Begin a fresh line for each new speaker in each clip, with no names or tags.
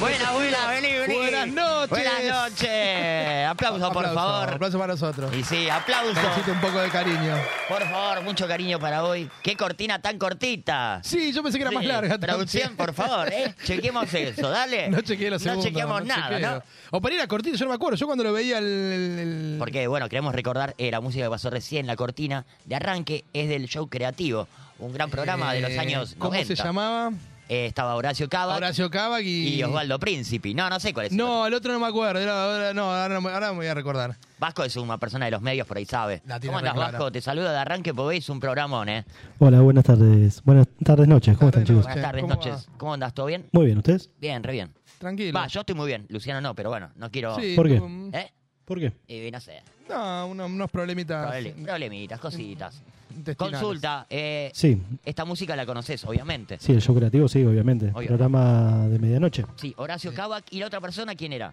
Buenas, buenas, vení, vení.
Buenas noches.
Buenas noches. Aplauso, por
Aplauso,
favor.
Aplauso para nosotros.
Y sí, aplauso.
Necesito un poco de cariño.
Por favor, mucho cariño para hoy. Qué cortina tan cortita.
Sí, yo pensé que era más
Sí,
larga.
Producción,
también.
por favor, ¿eh? Chequemos eso, dale.
No chequeé la segunda.
No chequeamos nada,
chequeo.
¿no?
O para ir a cortito, yo no me acuerdo. Yo cuando lo veía el... el-
Porque, bueno, queremos recordar eh, la música que pasó recién, la cortina de arranque, es del show creativo, un gran programa de los
eh,
años
¿Cómo
90.
se llamaba?
Eh, estaba Horacio Cava
Horacio Cava y...
y Osvaldo Príncipe. No, no sé cuál es. el otro.
No, el otro no me acuerdo. Era- ahora, no, ahora, no me- ahora me voy a recordar.
Vasco es una persona de los medios, por ahí sabe.
La tiene
¿Cómo andas,
re clara.
Vasco? Te saludo de arranque porque es un programón, ¿eh?
Hola, buenas tardes. Buenas tardes, noches. ¿Cómo
Tardes,
están, chicos?
Buenas
Che,
tardes,
¿cómo
noches. ¿Cómo andas? ¿Todo bien?
Muy bien, ¿ustedes?
Bien, re bien.
Tranquilo.
Va, yo estoy muy bien. Luciano no, pero bueno, no quiero...
Sí,
¿Por qué?
um,
¿Eh?
¿Por qué?
Y no sé,
No, unos, unos problemitas.
problemi- problemitas, cositas.
intestinales.
Consulta, eh,
Sí,
esta música la conoces, obviamente.
sí, el show creativo, sí, obviamente.
Obvio.
Programa de medianoche.
Sí, Horacio Kavak y la otra persona, ¿quién era?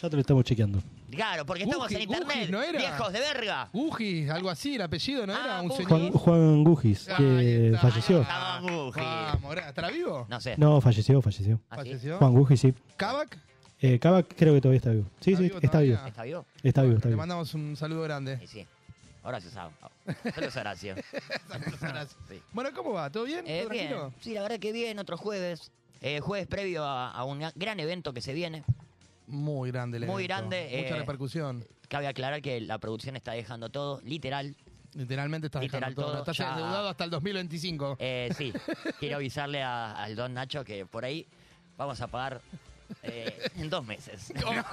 Ya te lo estamos chequeando.
Claro, porque estamos
Guji,
en internet.
Guji, ¿no era?
Viejos de verga.
Guji, algo así, el apellido, ¿no era?
Ah,
Un
Guji.
señor.
Juan, Juan Gugis,
Ahí
que
está.
eh, falleció.
Ah, Guji.
Vamos, era- ¿estará vivo?
No sé.
No, falleció, falleció.
¿Ah, sí?
¿Falleció?
Juan Gugis, sí.
¿Kavak?
Eh, Cava creo que todavía está vivo. Sí,
¿Está
sí,
vivo
está
todavía?
vivo.
¿Está vivo?
Está vivo,
Bueno,
está
le
vivo.
mandamos un saludo grande.
Sí, sí. Horacio sabe. Saludos, Horacio. Sí.
Bueno, ¿cómo va? ¿Todo bien?
Eh,
¿Todo
bien.
tranquilo?
Sí, la verdad que bien, otro jueves. Eh, jueves previo a, a un gran evento que se viene.
Muy grande el
Muy
evento.
grande,
Mucha
eh,
repercusión.
Cabe aclarar que la producción está dejando todo, literal.
Literalmente estás
literal
dejando todo.
todo,
Estás
ya.
endeudado hasta el 2025.
Eh, sí, quiero avisarle a- al don Nacho que por ahí vamos a pagar eh, en dos meses.
O, en,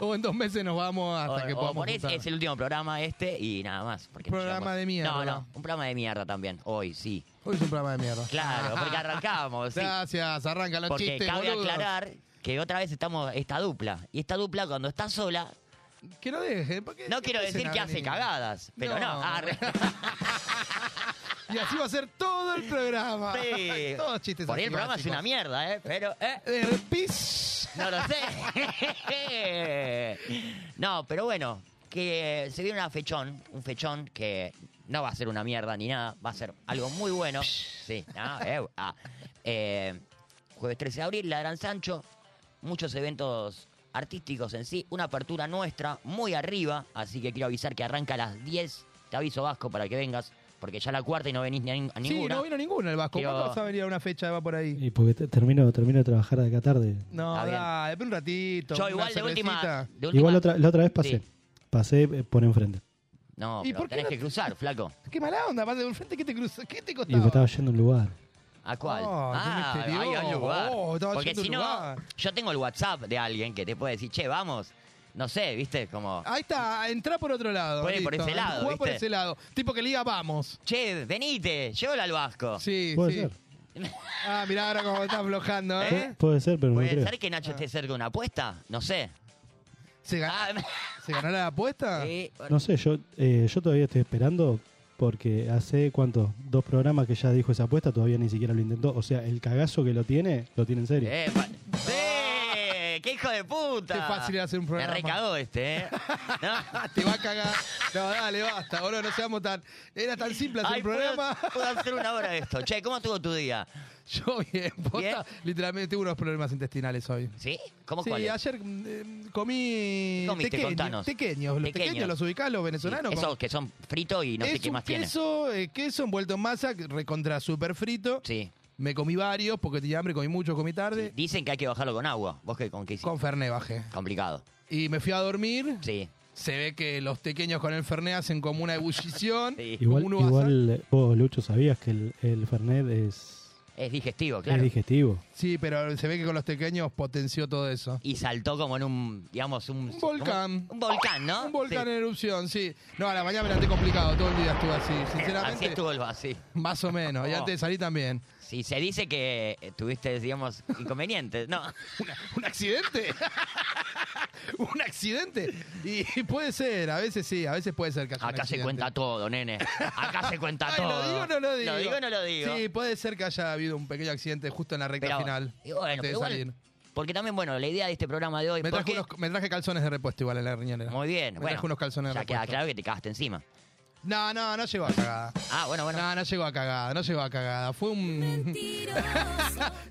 o en dos meses nos vamos hasta
O-
que
o
podamos
por eso
juntar.
es el último programa este y nada más. Porque no
Programa
llegamos-
de mierda.
No, no, un programa de mierda también, hoy sí.
Hoy es un programa de mierda. Ah,
Claro, porque arrancamos, sí.
Gracias, arranca los
Porque
chistes,
cabe
boludo.
aclarar que otra vez estamos esta dupla. Y esta dupla cuando está sola,
Que no deje. Eh, ¿por qué?
no
¿Qué
quiero
hacen
decir que
a
hace
venir?
cagadas, pero no.
No.
Ah, re-
Y así va a ser todo el programa.
sí.
Todos chistes
Por ahí el
así
programa es una
básicos.
mierda, ¿eh? Pero, ¿eh?
Eh, pis.
No lo sé. no, pero bueno, que se viene una fechón, un fechón que no va a ser una mierda ni nada, va a ser algo muy bueno. Sí, ah, eh, ah. Eh, jueves 13 de abril, la Gran Sancho, muchos eventos artísticos en sí, una apertura nuestra muy arriba, así que quiero avisar que arranca a las 10, te aviso Vasco para que vengas, porque ya la cuarta y no venís ni a, nin- a
Sí,
ninguna.
no vino ninguno el Vasco.
Digo-
¿Cuándo vas a venir a una fecha? Va por ahí.
Y porque te- termino, termino de trabajar de acá tarde.
No,
Está bien.
dale, pero un ratito.
Yo
una
igual de última,
cervecita.
de última-
Igual otra, la otra vez pasé.
Sí.
Pasé eh, por enfrente.
No,
¿Y
pero
por qué
tenés
no-
que cruzar, flaco.
Qué mala onda, vas de un frente, ¿qué te cruzó? ¿Qué te
Y me
costaba?
estaba yendo a un lugar.
¿A cuál?
Oh, qué
ah,
misterioso.
ahí hay un lugar.
Oh, estaba
Porque
yendo
si
un
no,
lugar.
yo tengo el WhatsApp de alguien que te puede decir, che, vamos. No sé, viste, como,
Ahí está, entrá por otro lado.
Por ahí, por
listo.
ese lado,
Jugá por
¿viste?
ese lado. Tipo que le diga vamos.
che, venite, llévalo al Vasco.
Sí,
Puede
sí.
ser.
Ah, mirá ahora cómo está aflojando, ¿eh? Ah.
¿Eh?
Puede ser, pero no
¿Puede
creo.
ser que Nacho esté cerca de una apuesta? No sé.
¿Se,
Ah,
ganó, ¿Se ganó la apuesta?
sí,
No sé, yo, eh, yo todavía estoy esperando porque hace cuánto, dos programas que ya dijo esa apuesta, todavía ni siquiera lo intentó. O sea, el cagazo que lo tiene, lo tiene en serio.
eh, pa- sí, ¡Eh! ¡Qué hijo de puta!
Qué fácil era hacer un programa.
Me recagó este, ¿eh? No.
Te va a cagar. No, dale, basta, boludo, no seamos tan. Era tan simple hacer
Ay,
un programa.
Puedo, puedo hacer una hora de esto. ¿eh? Che, ¿cómo estuvo tu día?
Yo bien, posta,
Bien.
literalmente tengo unos problemas intestinales hoy.
¿Sí? ¿Cómo
Sí,
cuál es?
ayer mm, eh, comí
¿Qué comiste?
tequeños,
Contanos.
tequeños, los
Tequeños.
tequeños, los ubicás, los venezolanos.
Sí,
con-
Esos que son fritos y no
es
sé qué
un
más tiene.
queso, eh, queso envuelto en masa, que recontra super frito.
Sí.
Me comí varios porque tenía hambre, comí mucho, comí tarde.
Dicen que hay que bajarlo con agua. ¿Vos qué, con qué hiciste?
Con Ferné bajé.
Complicado.
Y me fui a dormir.
Sí.
Se ve que los tequeños con el Ferné hacen como una ebullición.
Sí.
Igual,
como un
igual vos, Lucho, sabías que el, el Fernet es,
Es digestivo, claro.
es digestivo.
Sí, pero se ve que con los tequeños potenció todo eso.
y saltó como en un, digamos, un...
Un volcán.
como- Un volcán, ¿no?
Un volcán
Sí.
en erupción, sí. No, a la mañana me levanté complicado, todo el día estuve así. Sinceramente,
Así Eh, estuvo el así.
más o menos. Y
Oh.
antes de salir también.
Si se dice que eh, tuviste, digamos, inconvenientes, no.
¿Un accidente? ¿Un accidente? Y, y puede ser, a veces sí, a veces puede ser que haya un
Acá se
accidente.
cuenta todo, nene. Acá se cuenta
Ay,
todo.
¿Lo digo o no lo digo?
Lo digo o no lo digo.
Sí, puede ser que haya habido un pequeño accidente justo en la recta
Pero,
final.
y bueno,
antes
pero
de
igual-
salir.
porque también, bueno, la idea de este programa de hoy.
Me traje,
porque-
unos- me traje calzones de repuesto igual en la riñonera.
Muy bien,
Me
bueno.
traje unos calzones de
ya queda
repuesto.
claro que te cagaste encima.
No, no, no llegó a cagada.
Ah, bueno, bueno.
No, no llegó a cagada, no llegó a cagada. Fue un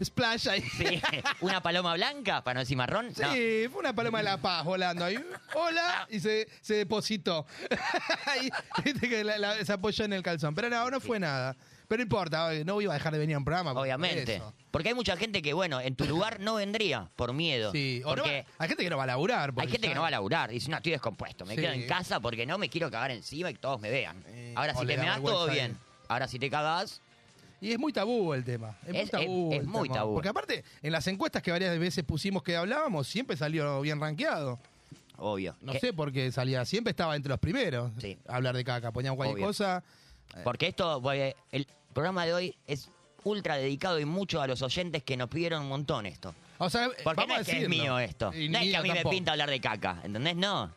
splash ahí.
Sí, una paloma blanca, para no decir marrón.
Sí,
No.
fue una paloma de la paz volando ahí. Hola, y se, se depositó. Ahí, viste que la- la- se apoyó en el calzón. Pero no, no fue nada. Pero no importa, oye, no iba a dejar de venir a un programa. por
Obviamente.
eso.
Porque hay mucha gente que, bueno, en tu lugar no vendría por miedo.
Sí, o no
porque
va- hay gente que no va a laburar.
hay
porque
gente
ya-
que no va a laburar. Dice, no, estoy descompuesto. Me
Sí.
quedo en casa porque no me quiero cagar encima y que todos me vean.
Sí,
Ahora,
o
si
le
te
da
me das, todo
vergüenza
bien.
a
Ahora, si te cagas,
Y es muy tabú el tema. Es, muy
Es-
tabú.
es- es
el
muy
tema.
tabú.
Porque aparte, en las encuestas que varias veces pusimos que hablábamos, siempre salió bien rankeado.
obvio.
No
Que-
sé por qué salía. Siempre estaba entre los primeros.
Sí.
Hablar de caca. Poníamos cualquier
Obvio.
cosa. eh.
Porque esto, bueno, el programa de hoy es ultra dedicado y mucho a los oyentes que nos pidieron un montón esto.
O sea, eh,
Porque
vamos
no
a
es que es
decirlo.
mío esto.
Y
No es que
mío
a mí
tampoco.
me pinta hablar de caca, ¿entendés? No.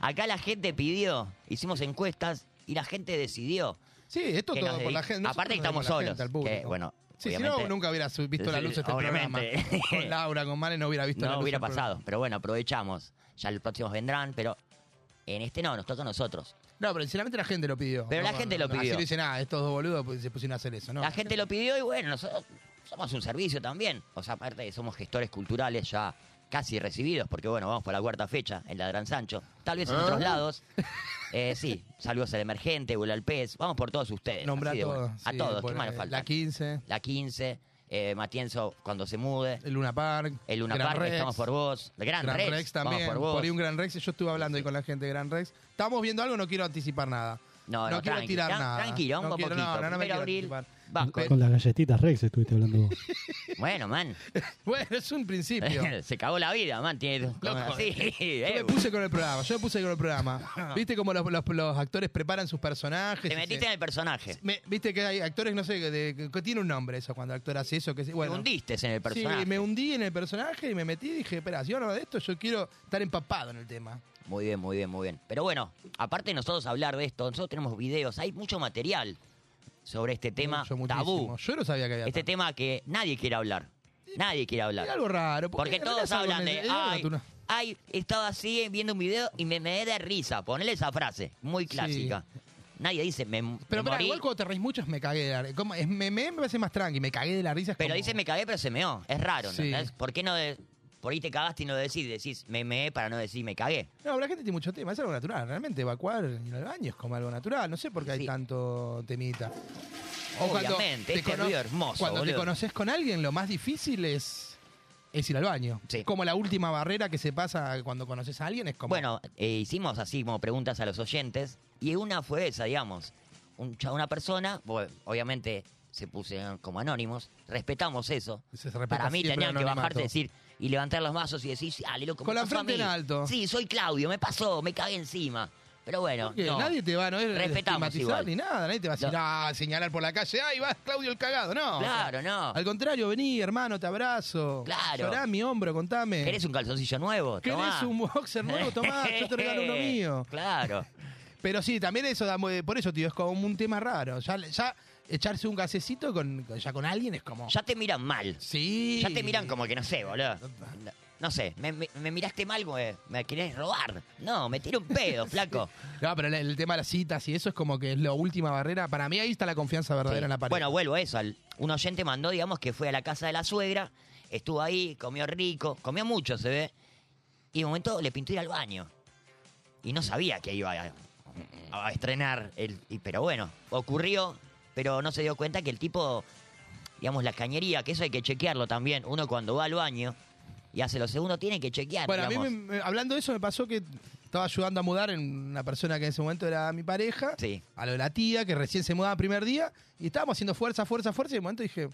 Acá la gente pidió, hicimos encuestas y la gente decidió.
Sí, esto
que
todo
nos
por la
dedique-
gente.
Aparte que
nosotros nos dedicamos
estamos
a la
solos.
gente, al público.
que, bueno,
Sí, si
obviamente
no, nunca hubieras visto la
Sí,
luz este
obviamente.
programa. Con Laura, con Mane, no hubiera visto la
no
luz
hubiera
del programa.
pasado. Pero bueno, aprovechamos. Ya los próximos vendrán, pero en este no, nos toca a nosotros.
No, pero sinceramente la gente lo pidió.
Pero
No,
la gente
no,
lo
no, Así
pidió.
no dice nada, estos dos boludos pues, se pusieron a hacer eso, ¿no?
La gente lo pidió y bueno, nosotros somos un servicio también. O sea, aparte de somos gestores culturales ya casi recibidos, porque bueno, vamos por la cuarta fecha en la de Gran Sancho. Tal vez en otros lados. Eh, sí, saludos al emergente, vuelo al pez. Vamos por todos ustedes.
Nombra a
así de
todos.
bueno. A
sí,
todos,
por,
¿qué más nos
eh,
falta?
La 15,
La 15, eh, Matienzo cuando se mude.
el Luna Park.
El Luna
Gran
Park,
Rex,
estamos por vos. El Gran,
Gran Rex, también.
Vamos por vos.
ahí un Gran Rex. Yo estuve hablando
Sí,
ahí con la gente de Gran Rex. Estamos viendo algo, no quiero anticipar nada.
No, no,
quiero
tranqui,
tirar
tran-
nada.
tranquilo, un
no quiero,
poquito.
No, no, no me
Primero
quiero
abril,
anticipar.
Vasco.
Con las galletitas Rex estuviste hablando vos.
Bueno, man.
Bueno, es un principio.
se cagó la vida, man. Tiene
Loco,
Sí,
Yo me
eh,
puse con el programa, yo me puse con el programa. ¿Viste cómo los, los- los actores preparan sus personajes?
Te
Y
metiste
se-
en el personaje.
me- Viste que hay actores, no sé, que, de- que tiene un nombre eso, cuando el actor hace eso. Que, se- bueno,
Te hundiste en el personaje.
Sí, me hundí en el personaje y me metí y dije, espera, si yo hablo de esto, yo quiero estar empapado en el tema.
Muy bien, muy bien, muy bien. Pero bueno, aparte de nosotros hablar de esto, nosotros tenemos videos, hay mucho material sobre este tema
Mucho, muchísimo.
tabú.
Yo no sabía que había
Este
tanto.
tema que nadie quiere hablar. Nadie quiere
Es
hablar.
algo raro.
Porque
en realidad
todos
es algo
hablan
nece-
de,
es algo
ay,
natural.
ay, estaba así viendo un video y me, me da risa. Ponele esa frase, muy clásica. Nadie dice, me, me
Pero pará,
morí,
igual cuando te reís mucho es me cagué de la risa. Como- Es me, me, me parece más tranqui, me cagué de la risa. es
pero
como-
dice me cagué pero se meó. Es raro,
Sí.
¿entendés? ¿Por qué no de- por ahí te cagaste y no decís, decís me meé para no decir me cagué?
No, pero la gente tiene mucho tema, es algo natural. Realmente evacuar en el baño es como algo natural. No sé por qué hay
Sí.
tanto temita.
Obviamente, este
cono-
ruido hermoso,
Cuando te
boludo.
conoces con alguien, lo más difícil es, es ir al baño.
Sí.
Es como la última barrera que se pasa cuando conoces a alguien. Es como.
Bueno, eh, hicimos así como preguntas a los oyentes y una fue esa, digamos. Un cha- una persona, bueno, obviamente se pusieron como anónimos, respetamos eso.
se respeta
Para mí
siempre
tenían
el
que
anonimato.
bajarse decir y levantar los mazos y decir, dale, loco, me
Con la
pasó a
frente
mí".
en alto.
Sí, soy Claudio, me pasó, me cagué encima. Pero bueno,
Que
no.
Nadie te va a no es
Respetamos
estigmatizar
igual.
ni nada, nadie te va a decir,
No.
ah, señalar por la calle, ay, va Claudio el cagado, no.
Claro, no.
Al contrario, vení, hermano, te abrazo.
Claro.
Llorá en mi hombro, contame.
¿Querés un calzoncillo nuevo?
¿Querés
Tomá.
un boxer nuevo? Tomá, yo te regalo uno mío.
Claro.
Pero sí, también eso da muy- por eso, tío, es como un tema raro. Ya, ya echarse un gasecito con, ya con alguien es como.
Ya te miran mal.
sí.
Ya te miran como que no sé, boludo. No sé, me, me- me miraste mal, güey. Me querés robar. No, me tiro un pedo, flaco.
No, pero el, el tema de las citas y eso es como que es la última barrera. Para mí ahí está la confianza verdadera
Sí.
en la pareja.
Bueno, vuelvo a eso. al- Un oyente mandó, digamos, que fue a la casa de la suegra, estuvo ahí, comió rico, comió mucho, se ve. Y de momento le pintó ir al baño. Y no sabía que iba a, a estrenar. El, y- pero bueno, ocurrió, pero no se dio cuenta que el tipo, digamos, la cañería, que eso hay que chequearlo también. Uno cuando va al baño y hace lo segundo, tiene que chequear.
Bueno, a mí,
digamos.
me- me- hablando de eso, me pasó que estaba ayudando a mudar en una persona que en ese momento era mi pareja,
Sí.
a lo de la tía, que recién se mudaba primer día, y estábamos haciendo fuerza, fuerza, fuerza, y de momento dije,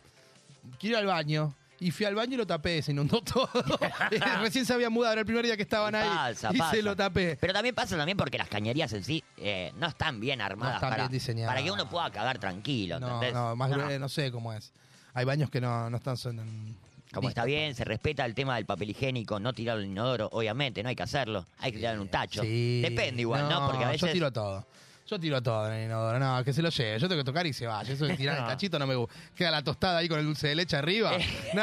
quiero ir al baño. Y fui al baño y lo tapé, se inundó todo. Eh, recién se había mudado, era el primer día que estaban ahí.
Pasa,
y
pasa.
se lo tapé.
Pero también pasa también porque las cañerías en sí eh, no están bien armadas
están
para,
bien diseñadas.
para que uno pueda cagar tranquilo,
No,
¿entendés?
no, más
No.
grave, no sé cómo es. hay baños que no, no están son en-
Como está bien, se respeta el tema del papel higiénico, no tirarlo al inodoro, obviamente, no hay que hacerlo. Hay que tirarlo en un tacho.
Sí.
Depende igual, ¿no? Porque a veces.
Yo tiro todo. Yo tiro todo en el inodoro. No, que se lo lleve. Yo tengo que tocar y se vaya. Eso de tirar el
No.
cachito no me gusta. Queda la tostada ahí con el dulce de leche arriba. No,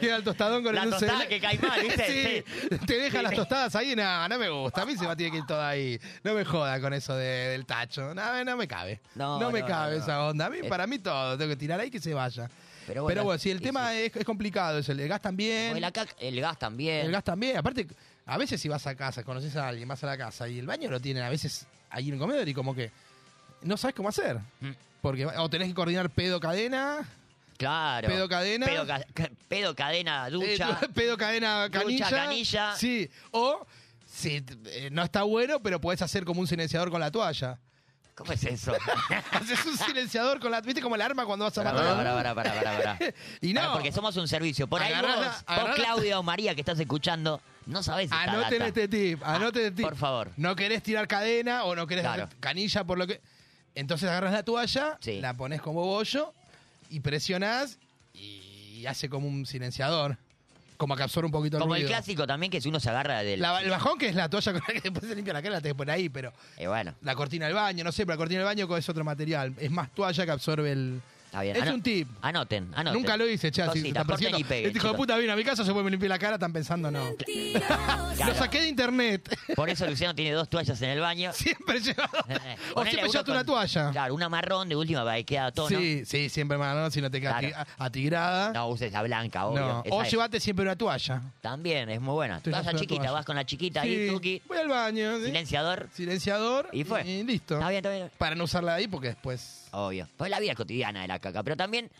queda el tostadón con
La
el dulce de
tostada
leche.
que cae mal, ¿viste?
Sí. Te deja
Sí.
las tostadas ahí. No, no me gusta. A mí se va a tener que ir toda ahí. No me joda con eso de- del tacho. No, no me cabe. No,
No,
me
no,
cabe
no, no.
esa onda. A mí,
Es-
para mí todo. Tengo que tirar ahí y que se vaya.
Pero bueno,
Pero bueno, si el
y
tema es, es complicado, es el gas también.
Porque la caca- el gas también.
El gas también. Aparte, a veces si vas a casa, conoces a alguien, vas a la casa y el baño lo tienen a veces ahí en el comedor y como que no sabes cómo hacer.
Mm.
Porque, o tenés que coordinar pedo cadena,
claro.
pedo cadena.
Pedo, ca- ca- pedo cadena, ducha.
eh, pedo cadena
Ducha,
canilla.
canilla.
Sí. O si eh, no está bueno, pero podés hacer como un silenciador con la toalla.
¿Cómo es eso?
Haces un silenciador con la ¿Viste como el arma cuando vas a
Pará,
matar?
pará, pará, pará, pará, pará.
Y
Pará,
no.
porque somos un servicio. Por ahí
Agarrá
vos,
la-
vos,
agarrá la-
Claudia o María, que estás escuchando, no sabés esta
Anoten
data. Ah,
este tip, anoten este tip.
por favor.
No querés tirar cadena o no querés
Claro.
hacer canilla por lo que. Entonces agarras la toalla,
Sí.
la pones como bollo y presionás y hace como un silenciador. Como que absorbe un poquito
Como
el
el
ruido.
clásico también, que si uno se agarra del...
La- el bajón que es la toalla con la que después se limpia la cara, la tenés por ahí, pero
Y Eh, bueno,
la cortina del baño, no sé, pero la cortina del baño es otro material. Es más toalla que absorbe el.
está bien.
Es
Ano-
un tip.
Anoten, anoten.
Nunca lo hice, che, así
Cositas,
están
corten
persiguiendo.
y peguen,
Este hijo de
chicos.
puta vino a mi casa, se fue me limpié la cara, están pensando no.
Claro.
Lo saqué de internet.
Por eso Luciano tiene dos toallas en el baño.
Siempre llevado. o
Ponele
siempre
uno
llevaste una
con-
toalla.
Claro, una marrón de última para que queda todo, ¿no?
Sí, sí, siempre mano, si no te quedas
Claro.
ati- atigrada.
No uses la blanca,
No.
obvio. Esa
O
es.
llevate siempre una toalla.
También, es muy buena.
Te llevas
Toalla
una
chiquita,
toalla.
vas con la chiquita ahí,
Sí,
tuki,
Voy al baño. ¿sí?
silenciador.
Silenciador.
Y fue.
listo.
Está bien, está bien.
Para no usarla ahí porque después.
Obvio. Pues la vida cotidiana de la caca. Pero también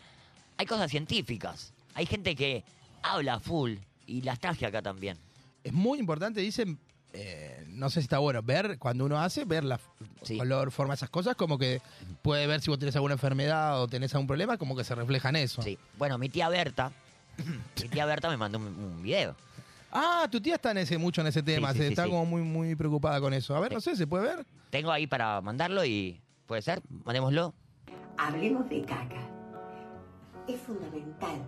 hay cosas científicas. Hay gente que habla full y las traje acá también.
Es muy importante, dicen. eh, no sé si está bueno ver cuando uno hace, ver la f-
Sí.
color, forma, esas cosas, como que puede ver si vos tenés alguna enfermedad o tenés algún problema, como que se refleja en eso.
Sí. Bueno, mi tía Berta. mi tía Berta me mandó un, un video.
Ah, tu tía está en ese, mucho en ese tema,
sí,
se-
sí,
está
sí.
como muy, muy preocupada con eso. A ver, no sé, ¿se puede ver?
Tengo ahí para mandarlo y. ¿Puede ser? Mandémoslo.
Hablemos de caca. Es fundamental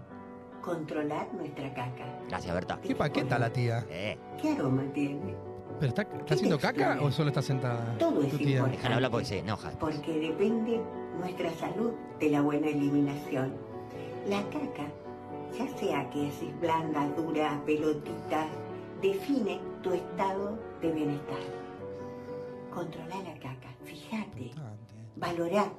controlar nuestra caca.
Gracias, Berta.
Qué paqueta la tía.
Eh,
¿Qué aroma tiene?
¿Pero está, está haciendo caca o solo está sentada?
Todo
tu
es
tía?
importante.
déjala hablar porque se enoja.
Porque depende nuestra salud de la buena eliminación. La caca, ya sea que es blanda, dura, pelotita, define tu estado de bienestar. Controla la caca. Fíjate, valorá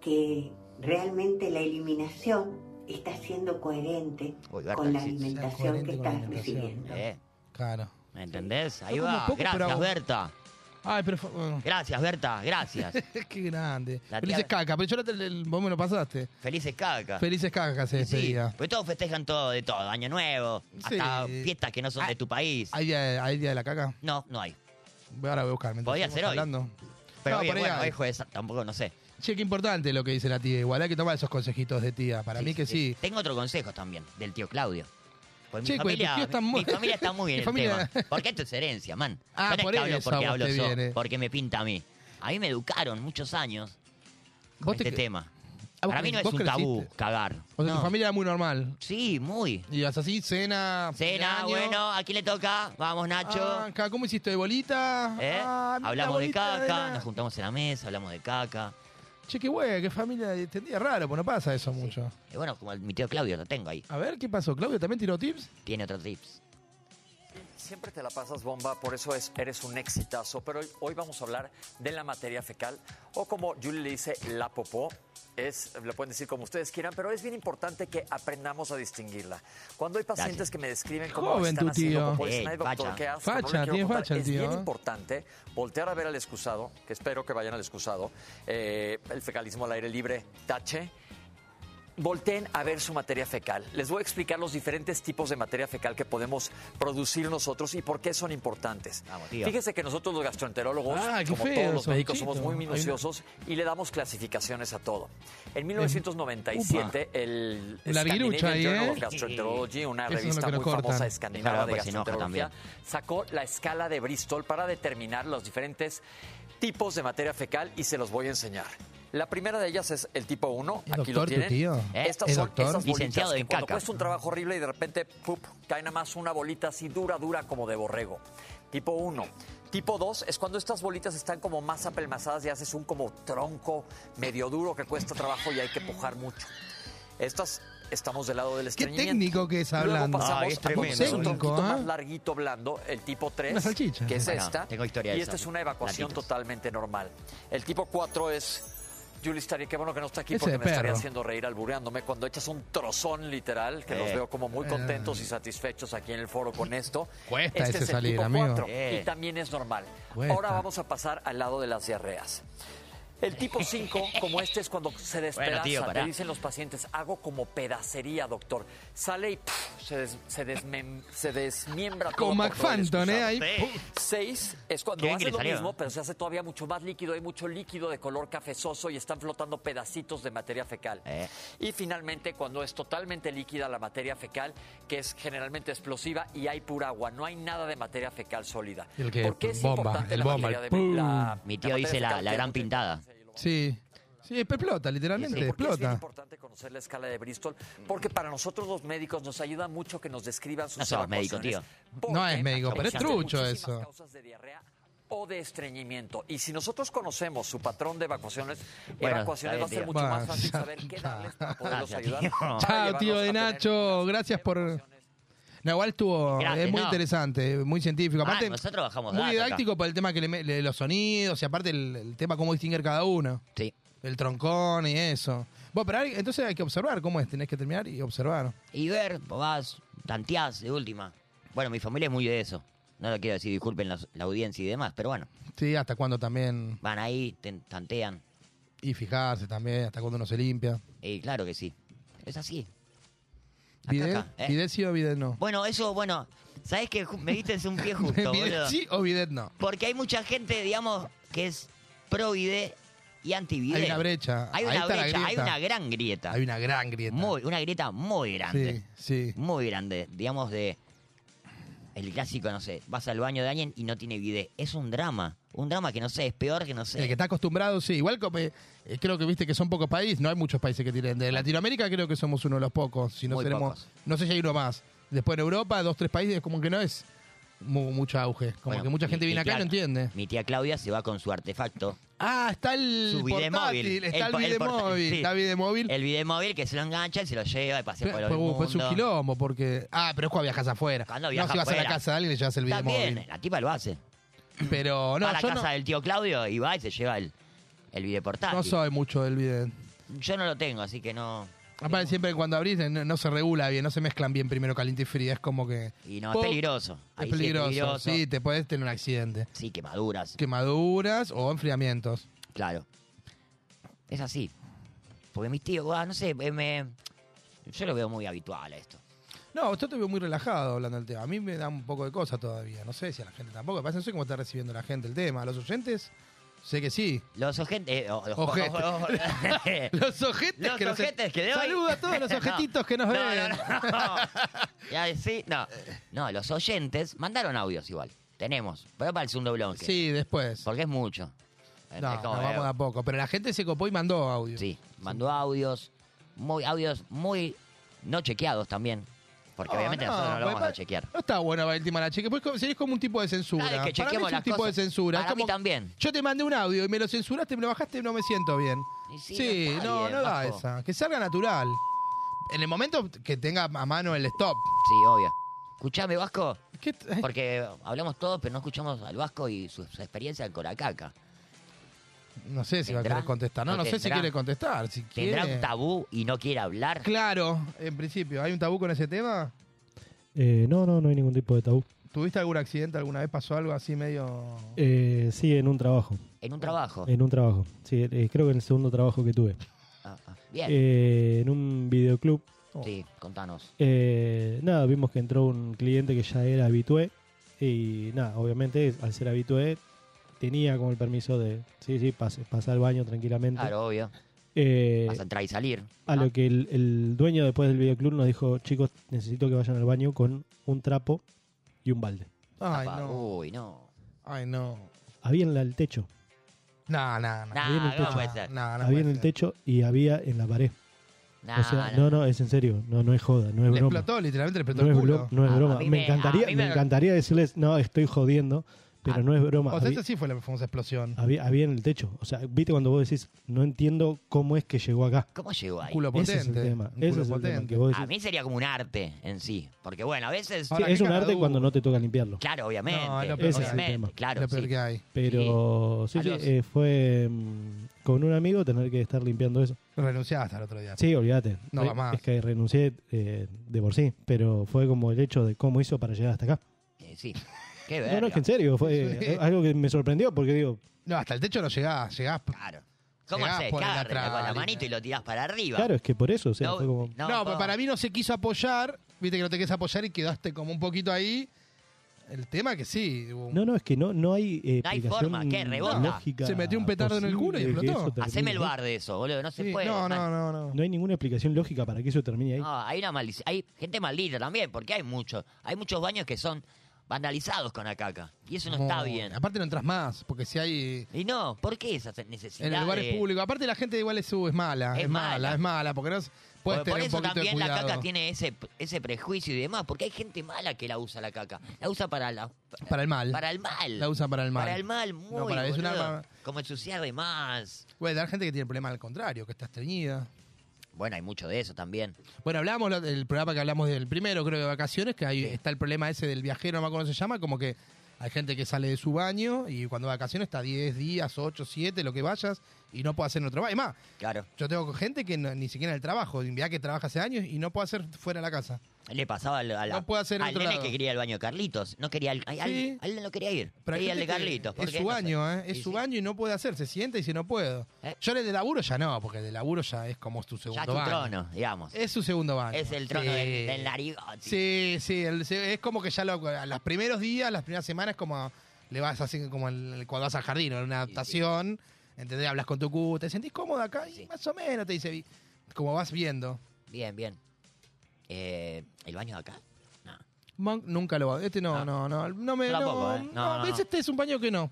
que realmente la eliminación está siendo coherente
Uy, Berta,
con la
sí, sí,
alimentación
coherente
que
con la
estás
alimentación.
recibiendo.
Eh,
Claro.
¿Me entendés?
Ah.
Ahí
Yo como
va.
poco,
Gracias,
pero-
Berta.
Ay, pero. fue- bueno.
Gracias, Berta. Gracias.
Qué grande.
La
Felices
tía-
caca, pero yo la te- el- vos me lo pasaste.
Felices caca.
Felices caca se
Sí,
despedía.
porque todos festejan todo de todo, año nuevo, hasta
Sí. Ah.
fiestas que no son de tu país.
¿Hay, día- ¿Hay día de la caca?
No, no hay.
Voy- Ahora voy a buscar. mientras
Podía
seguimos
ser hoy.
hablando.
Pero
No,
oye,
por ahí
bueno,
hay.
hoy jueves, tampoco no sé.
Che, qué importante lo que dice la tía. Igual hay que tomar esos consejitos de tía. Para mí que sí.
Tengo otro consejo también, del tío Claudio. Pues
Che,
mi,
pues, tu
familia,
tío está muy-
mi familia está muy bien
Mi
el
familia-
tema. Porque esto es herencia, man.
Ah,
Yo no es
por
que hablo
eso
porque
a vos
hablo
te
yo,
viene.
porque me pinta a mí. A mí me educaron muchos años con
Vos te
este
cre-
tema.
Ah, vos
Para mí
cre-
no es
vos
un tabú
creciste.
cagar.
O sea,
No.
tu familia era muy normal.
Sí, muy.
Y vas así, cena. fin de
Cena,
año.
bueno, ¿a quién le toca? Vamos, Nacho.
Ah, ca- ¿Cómo hiciste de bolita?
¿Eh?
Ah, mira,
hablamos de
bolita,
caca,
la-
nos juntamos en la mesa, hablamos de caca.
Che, qué hueá, qué familia extendida. Raro, pues no pasa eso mucho.
Y bueno, como el- mi tío Claudio lo tengo ahí,
A ver, ¿qué pasó? ¿Claudio también tiró tips?
tiene otros tips.
Siempre te la pasas bomba, por eso es, eres un exitazo. Pero hoy, hoy vamos a hablar de la materia fecal, o como Julie le dice, la popó. Es, lo pueden decir como ustedes quieran, pero es bien importante que aprendamos a distinguirla. Cuando hay pacientes
Gracias.
que me describen cómo
Joven
están
tu
haciendo
tío.
popó, dicen,
Ey,
"Ay, doctor,
facha.
¿qué asco, no le
Facha,
quiero
tiene
contar".
facha el
Es bien
tío, ¿eh?
importante voltear a ver al excusado, que espero que vayan al excusado, eh, el fecalismo al aire libre, tache, Volteen a ver su materia fecal. Les voy a explicar los diferentes tipos de materia fecal que podemos producir nosotros y por qué son importantes.
Vamos, tío.
Fíjese que nosotros los gastroenterólogos,
Ah, qué
como
feo,
todos los médicos,
Sanchito.
somos muy
Hay una-
minuciosos y le damos clasificaciones a todo. En 1997, el
Em, La virucha
Scandinavian
ahí,
Journal
¿eh?
of Gastroenterology, una
Eso es lo
revista
que nos
muy famosa
cortan.
escandinava de
Déjalo, pues, se enoja
gastroenterología, sacó la escala de Bristol para determinar los diferentes tipos de materia fecal y se los voy a enseñar. La primera de ellas es el tipo 1.
¿Es
Aquí
doctor
lo
tu
tienen.
tío?
¿Eh?
Estas
¿Es
son
doctor?
esas bolitas
Licenciado
que
en
cuando
caca.
cuesta un trabajo horrible y de repente pup, cae nada más una bolita así dura, dura como de borrego. Tipo 1. Tipo 2 es cuando estas bolitas están como más apelmazadas y haces un como tronco medio duro que cuesta trabajo y hay que pujar mucho. Estas estamos del lado del
Qué
estreñimiento.
técnico que es
Luego
hablando.
pasamos
Ay, es
a cuando
tremendo.
es un
Técnico,
tronquito
¿ah?
más larguito, blando, el tipo 3,
Una salchicha.
que es
Bueno,
esta.
tengo historia
y
de
esta
esas
es una evacuación
latitas.
totalmente normal. El tipo 4 es... Julie Starry, qué bueno que no está aquí
Ese
porque me estaría
perro.
haciendo reír albureándome cuando echas un trozón literal, que los
Eh.
veo como muy contentos y satisfechos aquí en el foro con esto.
Cuesta
este
ese
es el
salir,
tipo
amigo.
4,
Eh.
Y también es normal.
Cuesta.
Ahora vamos a pasar al lado de las diarreas. El tipo 5, como este, es cuando se despedaza.
tío,
te
pará.
dicen los pacientes, hago como pedacería, doctor. Sale y pff, se, des- se, desmem- se desmiembra todo.
Con
por todo el
McFanton, ¿eh?
excusado.
Ahí.
Sí.
Seis es cuando
Qué bien
haces
que le
lo
salió,
mismo,
¿no?
pero se hace todavía mucho más líquido. Hay mucho líquido de color cafezoso y están flotando pedacitos de materia fecal.
Eh.
Y finalmente, cuando es totalmente líquida la materia fecal, que es generalmente explosiva y hay pura agua, no hay nada de materia fecal sólida.
Y el que
¿Por qué es
bomba,
importante
el
la
bomba,
materia
el
de-
pum.
la-
Mi
la
tío
materia
dice la-
fecal
la
que
gran
no te-
pintada.
Sí. Sí, explota, literalmente,
porque es bien
explota.
importante conocer la escala de Bristol, porque para nosotros los médicos nos ayuda mucho que nos describan sus
No somos médicos,
evacuaciones,
tío.
porque
No es médico, pero es
existen
trucho
muchísimas
eso.
causas de diarrea o de estreñimiento. Y si nosotros conocemos su patrón de evacuaciones,
Bueno,
evacuaciones
está
va a
bien,
ser
tío.
mucho más
Bueno,
fácil
ya
saber qué
está.
darles para poderlos
Gracias,
ayudar.
tío.
para
Chao, tío
llevarlos a
de
tener
Nacho.
unas
Gracias por.
evacuaciones
No, igual estuvo.
Gracias,
es muy
no.
interesante, muy científico. Aparte,
Ah, nosotros bajamos
muy
data
didáctico por el tema que le, me- le- los sonidos y aparte el, el tema cómo distinguir cada uno.
Sí.
El troncón y eso. Bueno, pero hay- entonces hay que observar cómo es. Tenés que terminar y observar.
Y ver, vos vas, tanteás de última. Bueno, mi familia es muy de eso. No lo quiero decir, disculpen la, la audiencia y demás, pero bueno,
Sí, hasta cuándo también.
van ahí, te tantean.
Y fijarse también, hasta cuándo uno se limpia.
Y claro que sí. Es así. Acá,
¿Vide?
acá, eh.
¿Vide sí o vide no?
Bueno, eso, bueno, ¿sabes que me diste un pie justo,
¿Vide
boludo?
sí o bidet no?
Porque hay mucha gente, digamos, que es pro vide y anti vide.
Hay una brecha. Ahí
Hay una
está la
brecha, hay
grieta.
una gran grieta.
Hay una gran grieta.
Muy, una grieta muy grande.
Sí, sí.
Muy grande. Digamos de. El clásico, no sé, vas al baño de alguien y no tiene vide. Es un drama. Un drama que no sé, es peor que no sé.
El que está acostumbrado, sí. Igual como, eh, creo que viste que son pocos países, no hay muchos países que tienen. De Latinoamérica creo que somos uno de los pocos, si no
Ah. Muy
seremos,
pocos.
no sé si hay uno más. Después en Europa, dos, tres países, como que no es mu- mucho auge. Como
Bueno,
que mucha
mi-
gente
mi
viene acá y
tía-
no entiende.
Mi tía Claudia se va con su artefacto.
Ah, está el
Su
portátil,
videomóvil.
está el,
po- portátil,
videomóvil,
sí.
está el videomóvil.
El videomóvil que se lo engancha y se lo lleva y pasea
Pero-
por el
pero,
mundo.
pues, es un quilombo porque... Ah, pero es cuando viajas afuera.
Cuando
no,
viajas
si vas a la
afuera.
casa de alguien le llevas el
Está
videomóvil.
bien, la tipa lo hace.
Pero
va
no,
a la
yo
casa
no,
del tío Claudio y va y se lleva el, el videoportátil.
no soy mucho del video.
Yo no lo tengo, así que no.
Aparte, siempre cuando abrís eh, no, no se regula bien, no se mezclan bien primero caliente y fría, es como que...
Y no, es
Po-
peligroso.
Es
Ahí sí
peligroso,
es peligroso.
sí, te puedes tener un accidente.
Sí, quemaduras.
Quemaduras o enfriamientos.
Claro. Es así. Porque mis tíos, ah, no sé, eh, me... yo lo veo muy habitual a esto.
No, yo te veo muy relajado hablando del tema. A mí me da un poco de cosa todavía. No sé si a la gente tampoco. Pasa, no sé cómo está recibiendo la gente el tema. ¿A los oyentes? Sé que sí.
Los ojetes. eh, o- o-
Ojete.
o- o- o-
Los ojetes
Los
que nos-
ojetes que de hoy-
Saludo a todos los
No.
ojetitos que nos
No,
ven.
no, no. Ya, sí, no. No, los oyentes mandaron audios igual. Tenemos. Pero para el segundo bloque.
Sí, después.
Porque es mucho.
No,
Es
no,
como, eh,
vamos de a poco. Pero la gente se copó y mandó audio.
Sí, mandó audios, muy audios muy no chequeados también. Porque
No,
obviamente nosotros no lo
pues,
vamos a
pa-
chequear.
No está bueno para el tema de la cheque. Pues como- sería como un tipo de censura.
Claro,
para mí
es que chequeemos
es un
las
tipo
cosas.
de censura. Es
Para mí
como-
también.
Yo te mandé un audio y me lo censuraste, me lo bajaste, no me siento bien.
Y sí,
Sí,
no está
no,
bien,
no da
Vasco.
esa. Que salga natural. En el momento que tenga a mano el stop.
Sí, obvio. Escuchame, Vasco,
¿Qué t-
porque hablamos todos, pero no escuchamos al Vasco y su, su experiencia en Coracaca.
no sé si va a
¿Tendrá?
querer contestar. No,
¿No
no sé si
tendrá?
quiere contestar. Si
¿Tendrá
quiere.
un tabú y no quiere hablar?
Claro, en principio. ¿Hay un tabú con ese tema?
Eh, no, no, no hay ningún tipo de tabú.
¿Tuviste algún accidente? ¿Alguna vez pasó algo así medio.?
Eh, sí, en un trabajo.
En un trabajo.
En un trabajo. Sí, eh, creo que en el segundo trabajo que tuve.
Ah, ah, Bien.
Eh, en un videoclub.
Oh.
Sí, contanos.
Eh, nada, vimos que entró un cliente que ya era habitué. Y nada, obviamente al ser habitué tenía como el permiso de, sí, sí, pase, pasa al baño tranquilamente.
Claro, obvio.
Eh,
Vas a entrar y salir.
a lo que el, el dueño después del videoclub nos dijo, chicos, necesito que vayan al baño con un trapo y un balde.
Ay,
Apa,
no.
Uy, no.
Ay, no.
Había en la- el techo.
No, no, no.
Nah,
Ahí en el
¿cómo
techo.
puede ser?
Ah, No, no
había
puede
en el
ser.
techo y había en la pared.
Nah,
o sea, no, no, es en serio. No, no es joda, no es
Le
broma.
explotó, literalmente le explotó
No
el
es,
culo.
bro- no es
Ah, A- a
broma.
mí
Me,
me-
encantaría,
a mí
me...
me-
encantaría decirles, no, estoy jodiendo, pero
A-
no es broma.
Ah, O sea,
Había,
esta sí fue la famosa explosión.
había- había en el techo. O sea, viste cuando vos decís, no entiendo cómo es que llegó acá.
¿Cómo llegó ahí?
culo potente.
Ese es el tema.
Un
Ese
culo
es el tema
potente.
que vos
A
decís.
mí sería como un arte en sí. Porque bueno, a veces.
Sí,
Ahora,
es
qué
un arte
cagadura.
cuando no te toca limpiarlo.
Claro, obviamente.
No, es lo peor que hay.
obviamente,
Ese
claro.
lo peor
sí.
que hay.
Pero sí, sí,
Adiós.
eh, fue mm, con un amigo tener que estar limpiando eso.
Renunciaste al otro día.
Sí, olvídate.
No
Re-
va más.
Es que renuncié eh, de por sí, pero fue como el hecho de cómo hizo para llegar hasta acá.
Eh, sí. Qué
No, no, es que
verga.
en serio, fue
Sí.
eh, algo que me sorprendió porque digo,
No, hasta el techo no llegás. Llegás.
Claro. ¿Cómo
Llegás
haces?
por el
Carne con la
atrás,
manito y lo tirás para arriba.
claro, es que por eso, o sea,
No,
fue como...
no,
No,
¿cómo?
para mí no se quiso apoyar. Viste que no te quieres apoyar y quedaste como un poquito ahí. El tema que sí. hubo un-
No, no, es que no, no hay eh,
No hay
explicación
forma, ¿qué? Rebota.
lógica
Se metió un petardo en el culo
posible
y
que
explotó.
eso termine
Haceme el
ahí.
bar de eso, boludo. No se
Sí,
puede.
no,
man.
no, no, no.
No hay ninguna explicación lógica para que eso termine ahí.
No, hay una maldición. Hay gente maldita también, porque hay muchos. Hay muchos baños que son vandalizados con la caca. Y eso no, está
No,
bien.
Aparte no entras más, porque si hay...
Y no, ¿por qué esa necesidad?
En el lugar
de-
es público. Aparte la gente igual es, es mala, es,
Es
mala,
mala.
es mala, porque no puedes
Por, por
tener un
eso
poquito de
también la
cuidado.
caca tiene ese, ese prejuicio y demás, porque hay gente mala que la usa la caca. La usa para la
Para el mal.
para el mal.
La usa para el mal.
Para el mal, muy
No, para- es un
boludo.
arma-
Como ensuciar de más.
Bueno, hay gente que tiene el problema al contrario, que está estreñida.
Bueno, hay mucho de eso también.
Bueno, hablamos lo- del programa que hablamos del primero, creo, de vacaciones, que ahí
Sí.
está el problema ese del viajero, no me acuerdo cómo se llama, como que hay gente que sale de su baño y cuando va de vacaciones está 10 días, 8, 7, lo que vayas, y no puede hacer en otro baño. Es más,
Claro.
yo tengo gente que no- ni siquiera en el trabajo, ya que trabaja hace años y no puede hacer fuera de la casa.
Le pasaba al, a la-
No puede hacer en
al
otro
nene
lado.
que quería el baño de Carlitos. No quería, al- al-
Sí.
alguien no quería ir.
Pero hay
quería el
gente
de
que
Carlitos. ¿por
Es
qué?
su
No sé.
baño, ¿eh? Es
Sí,
su
sí.
baño y no puede hacer. Se sienta y dice, no puedo.
¿Eh?
Yo el de laburo ya no, porque el de laburo ya es como tu segundo
Ya es tu
baño.
trono, digamos.
Es su segundo baño.
Es el trono
Sí.
del, del narigón.
Sí, sí. el- se- es como que ya lo, a los primeros días, las primeras semanas, como le vas así, como el- cuando vas al jardín, en una adaptación. ¿Entendés? Hablas con tu cu, te sentís cómodo acá y
Sí.
más o menos te dice, vi- como vas viendo.
Bien, bien. Eh, ¿El baño de acá? No.
Monk nunca lo va. Este no, no, no. No, me.
Yo
No,
tampoco, ¿eh? No,
no,
no,
ves,
no.
este es un baño que no.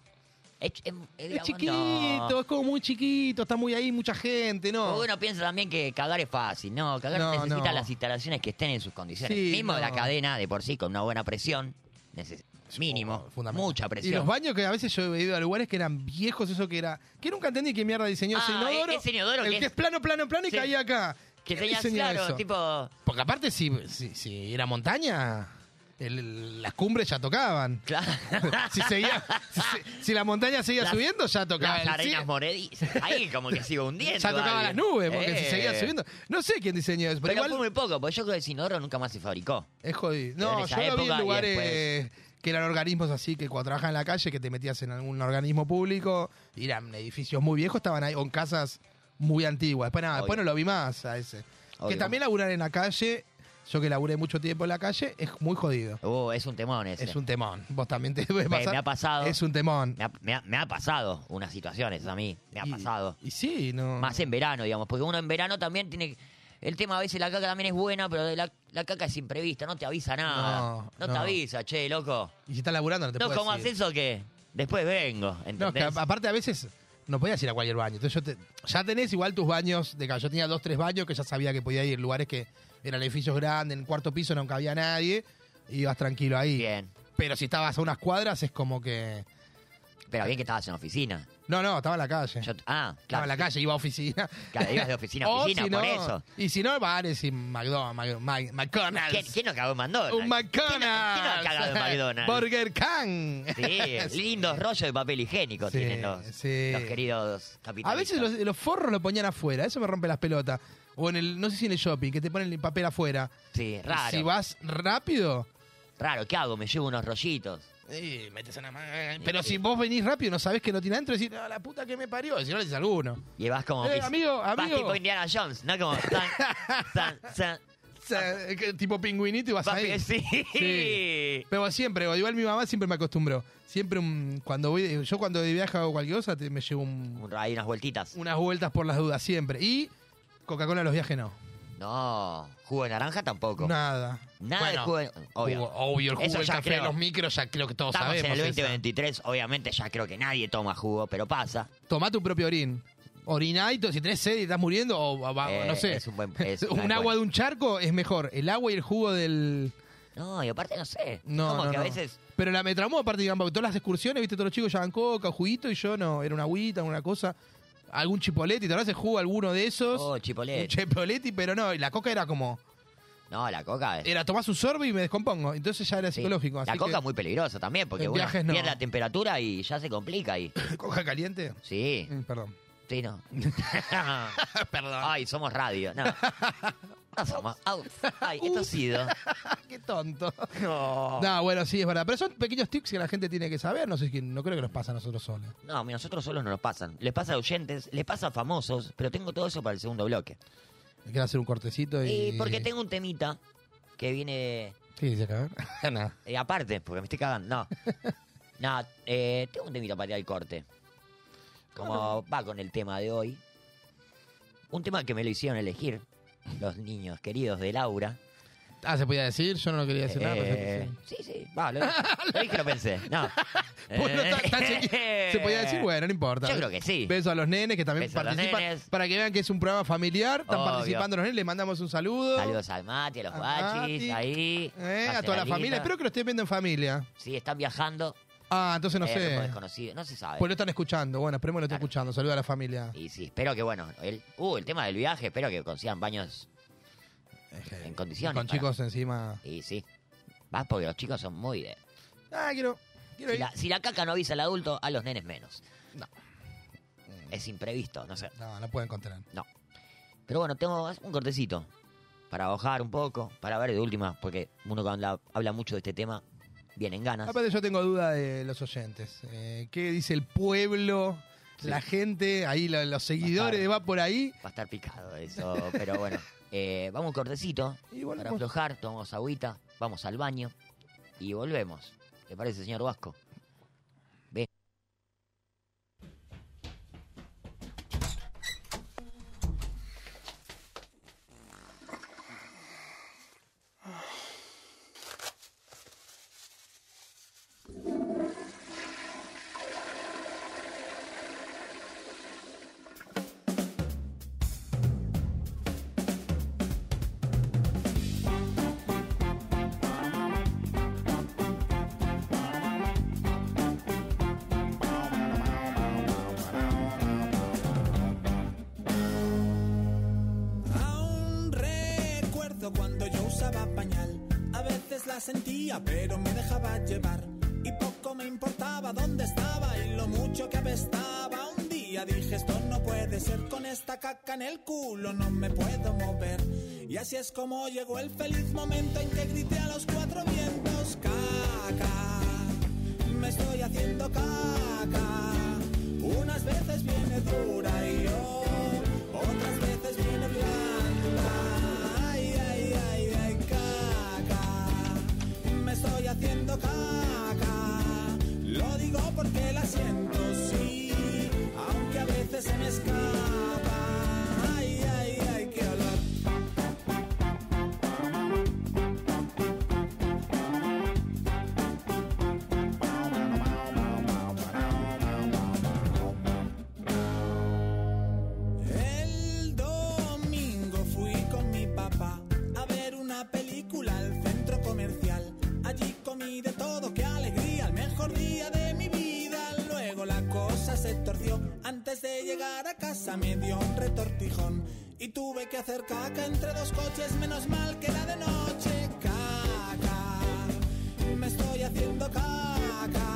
Es, ch- es- es,
Es
digamos,
chiquito,
no.
es como muy chiquito, está muy ahí, mucha gente, ¿no?
Porque uno piensa también que cagar es fácil. No, cagar
No,
necesita
no.
las instalaciones que estén en sus condiciones.
Sí,
Mismo
no.
la cadena, de por sí, con una buena presión. neces- Mínimo.
Oh, fundamental.
mucha
Y los
presión.
baños que a veces yo he ido a lugares que eran viejos, eso que era. Que nunca entendí qué mierda diseñó ese
Ah,
inodoro.
e- ese
el
inodoro que
que es,
es-
plano, plano, plano y
Sí.
caía acá.
que
¿Quién
tenía,
diseñó
claro,
eso?
tipo...
Porque aparte, si, si, si era montaña, el- el- las cumbres ya tocaban.
Claro.
si, seguía, si, se- si la montaña seguía
Las-
subiendo, ya tocaba.
Las
el
arenas
cielo.
moredizas. Ahí como que sigo hundiendo.
ya tocaba las
alguien.
nubes, porque si
Eh.
seguía subiendo. No sé quién diseñó eso, pero,
Pero
igual
fue muy poco, porque yo creo que el Sinodoro nunca más se fabricó.
Es jodido.
Pero en
No,
esa
yo lo vi
época
en
y
lugares
después-
que eran organismos así, que cuando trabajabas en la calle, que te metías en algún organismo público, y eran edificios muy viejos, estaban ahí, o en casas muy antiguas. Después, nada,
Obvio.
después no lo vi más a ese.
Obvio.
Que también laburar en la calle, yo que laburé mucho tiempo en la calle, es muy jodido.
Uh, es un temón ese.
Es un temón. Vos también te debe
Me-
pasar.
me ha pasado.
Es un temón.
me, ha, me ha- me ha pasado unas situaciones a mí. Me ha
Y-
pasado.
Y sí, no.
Más en verano, digamos. Porque uno en verano también tiene... El tema a veces la caca también es buena, pero de la, la caca es imprevista. No te avisa nada.
No,
te
no.
avisa, che, loco.
Y si estás laburando, no te
No,
puedes
¿cómo
ir.
haces eso que después vengo?
No, que
¿entendés?
a- aparte a veces no podías ir a cualquier baño. Entonces yo te- ya tenés igual tus baños de calle. Yo tenía dos, tres baños que ya sabía que podía ir. Lugares que eran edificios grandes, en el cuarto piso no cabía nadie. Y ibas tranquilo ahí.
Bien.
Pero si estabas a unas cuadras es como que...
Pero bien que estabas en oficina.
No, no, estaba en la calle.
Yo- ah,
Estaba
claro.
en la calle, iba a oficina.
Claro, ibas de oficina a
O
oficina,
si
por
no-
eso.
Y si no, bares y McDonald's. Mac-
¿Quién,
McDonald's.
quién no cagó en McDonald's?
Un McDonald's.
¿Quién no- ¿Quién no ha cagado en McDonald's?
Burger King.
Sí, lindos rollos de papel higiénico
Sí,
tienen los,
sí.
los queridos capitalistas.
A veces los, los forros lo ponían afuera, eso me rompe las pelotas. O en el, no sé si en el shopping, que te ponen el papel afuera.
Sí, raro.
Si vas rápido,
Raro, ¿qué hago? Me llevo unos rollitos.
eh, metes una mano. Pero si vos venís rápido, no sabés que no tiene adentro, decís, "Ah, la puta que me parió. Si no le dices alguno.
Y vas como...
Eh,
que-
amigo,
vas
amigo.
tipo Indiana Jones, ¿no? Como... san, san, san,
O sea, que tipo pingüinito y vas
papi,
ahí.
sí.
Sí. Pero siempre, igual mi mamá siempre me acostumbró. Siempre un- cuando voy, yo cuando de viaje hago cualquier cosa, te- me llevo un-
Un- Hay unas vueltitas.
unas vueltas por las dudas, siempre. Y Coca-Cola en los viajes no.
No, jugo de naranja tampoco.
Nada.
Nada de
Bueno,
jugo de... Obvio.
Jugo- obvio, el jugo,
Eso
el
ya
café,
creo.
los micros, ya creo que todos
Estamos en
sabemos.
el
esa.
2023, obviamente ya creo que nadie toma jugo, pero pasa.
Tomá tu propio orín. Oriná y to- si tenés sed y estás muriendo, o, o- o-
Eh,
no sé.
es un buen- es una
un agua
buena.
de un charco es mejor. El agua y el jugo del.
No, y aparte no sé.
No,
Como
no,
que a
no.
veces...
Pero la me traumó aparte, digamos, porque todas las excursiones, viste, todos los chicos llevaban coca, juguito, y yo no, era una agüita, una cosa, algún chipoleti, tal vez se jugó alguno de esos,
Oh,
un
chipolé.
chipoleti, pero no, y la coca era como,
No, la coca es...
era tomás un sorbo y me descompongo, entonces ya era
sí.
psicológico.
La
Eh, así
coca
que-
es muy peligrosa también, porque
En
uno
viajes no.
pierde la temperatura y ya se complica ahí.
¿Coca caliente?
Sí,
Mm, perdón.
sí, no. Ay, somos radio. No, no somos. Au. Ay, esto ha sido.
Qué tonto.
No.
No, bueno, sí, es verdad, pero son pequeños tips que la gente tiene que saber, no sé, si- no creo que nos pasa a nosotros solos.
No, a nosotros solos no nos pasan. Les pasa a oyentes, les pasa a famosos, pero tengo todo eso para el segundo bloque.
Quiero hacer un cortecito y...
Y porque tengo un temita que viene
Sí, dice acá, a ver. Nada.
eh, aparte, porque me estoy cagando. No, no eh, tengo un temita para tirar el corte. Como va con el tema de hoy. Un tema que me lo hicieron elegir los niños queridos de Laura.
Ah, se podía decir, yo no lo quería decir nada, pero sé que
Eh,
sí.
sí, sí, va, lo, lo dije, lo pensé. No.
Bueno, está- está cheque- se podía decir, bueno, no importa.
Eh. Yo creo que sí.
Beso a los nenes que también
Beso a los
participan.
nenes.
Para que vean que es un programa familiar. Están
Obvio.
participando los nenes. Les mandamos un saludo.
Saludos al Mati, a los
Al
guachis,
Mati.
ahí.
Eh, a
pasen
toda la
linda.
familia. Espero que lo estén viendo en familia.
Sí, están viajando.
Ah, entonces no
eh, grupo
sé.
desconocido, no se sabe.
Pues lo están escuchando. Bueno, esperemos que lo estén
Claro.
escuchando. Saludos a la familia.
Y sí, espero que, bueno, el, uh, el tema del viaje, espero que consigan baños en condiciones.
Con
para-
chicos encima.
Y sí. Vas porque los chicos son muy de...
Ah, quiero. Quiero
Si
ir.
la, si la caca no avisa al adulto, a los nenes menos. Mm.
No.
Es imprevisto, no sé.
No, no pueden contener.
Pero bueno, tengo un cortecito para bajar un poco, para ver de última, porque uno cuando habla, habla mucho de este tema, vienen ganas.
Aparte, yo tengo duda de los oyentes. Eh, ¿Qué dice el pueblo? La gente, ahí lo- los seguidores de Va por ahí.
Va a estar picado eso, pero bueno. Eh, vamos un cortecito
Y
para
volvemos.
aflojar, tomamos agüita, vamos al baño y volvemos. ¿Le parece, señor Vasco?
Aún recuerdo cuando yo usaba pañal. A veces la sentía, pero me dejaba llevar. Y poco me importaba dónde estaba y lo mucho que apestaba. Un día dije, esto no puede ser, con esta caca en el culo no me puedo mover. Y así es como llegó el feliz momento en que grité a los cuatro vientos, caca me estoy haciendo caca. Unas veces viene dura y yo, otras veces viene blanda. Ay, ay, ay, ay, caca. Me estoy haciendo caca. Lo digo porque la siento, sí, aunque a veces se me escapa. Ay, ay, ay, qué olor. El domingo fui con mi papá a ver una película al centro comercial. Allí comí de todo, qué alegría, el mejor día de mi vida. Luego la cosa se torció. Antes de llegar a casa me dio un retortijón. Y tuve que hacer caca entre dos coches, menos mal que era de noche. Caca, me estoy haciendo caca.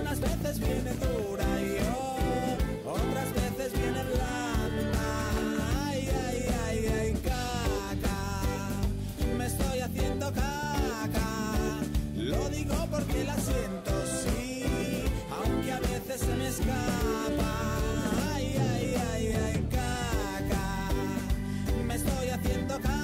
Unas veces viene dura y yo, otras veces viene blanda. Ay, ay, ay, ay, caca. Me estoy haciendo caca. Lo digo porque la siento, sí, aunque a veces se me escapa. Ay, ay, ay, ay, caca. Me estoy haciendo caca.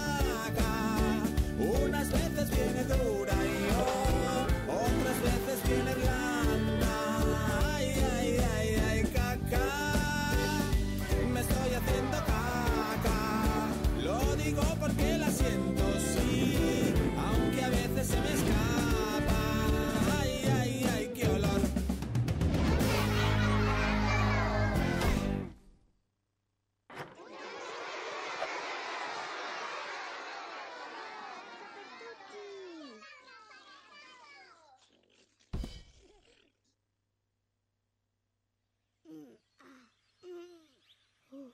Eh.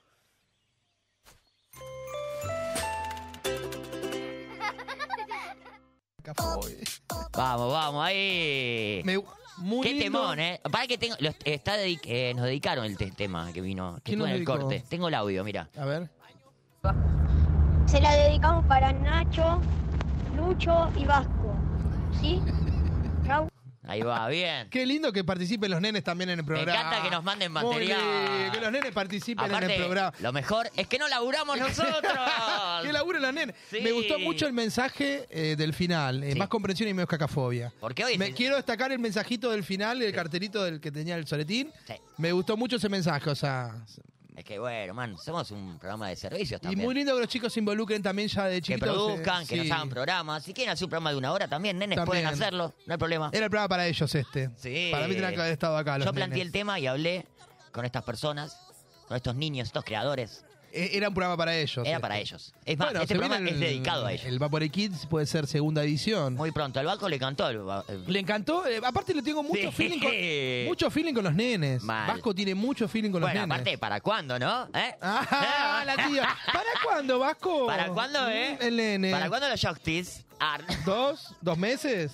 Capote.
Vamos, vamos, ahí.
Me- muy
Qué
lindo.
temón, ¿eh? Para que tengo, los- está dedi- eh, nos dedicaron el te- tema que vino, que
¿Quién
estuvo
nos
en el
dedicó?
corte. Tengo el audio, mira.
A ver.
Se la dedicamos para Nacho, Lucho y Vasco. ¿Sí? Chau.
Ahí va, bien.
Qué lindo que participen los nenes también en el
Me
programa.
encanta que nos manden
Muy
material.
lindo, que los nenes participen en el
Aparte,
programa.
lo mejor es que no laburamos
Qué
nosotros.
laburo los nenes.
Sí.
Me gustó mucho el mensaje eh, del final. eh,
Sí.
Más comprensión y menos cacafobia.
Porque hoy es
Me
el-
quiero destacar el mensajito del final, el carterito del que tenía el soletín.
Sí.
Me gustó mucho ese mensaje, o sea.
Es que bueno, man, somos un programa de servicios
Y
también.
muy lindo que los chicos se involucren también ya de
que
chiquitos. eh,
produzcan, que
sí.
nos hagan programas. Si quieren hacer un programa de una hora también, nenes,
También.
pueden hacerlo, no hay problema.
Era el programa para ellos este.
Sí.
Para mí tenían que haber estado acá los
Yo planteé
nenes.
el tema y hablé con estas personas, con estos niños, estos creadores.
Eh, Era un programa para ellos.
Era
este.
para ellos. Es más,
Bueno,
este
se
programa
viene
es
el-
dedicado a ellos.
El Vapore Kids puede ser segunda edición.
Muy pronto. Al Vasco le cantó. El,
Le encantó. eh, aparte, le tengo mucho,
Sí.
feeling con, mucho feeling con los nenes.
Mal.
Vasco tiene mucho feeling con
bueno,
los nenes.
aparte, ¿para cuándo, no? ¿Eh?
Ah, la tía. ¿Para cuándo, Vasco? Mm,
¿Para cuándo, eh?
El nene.
¿Para cuándo los Yoctis? Ah,
¿Dos? ¿Dos meses?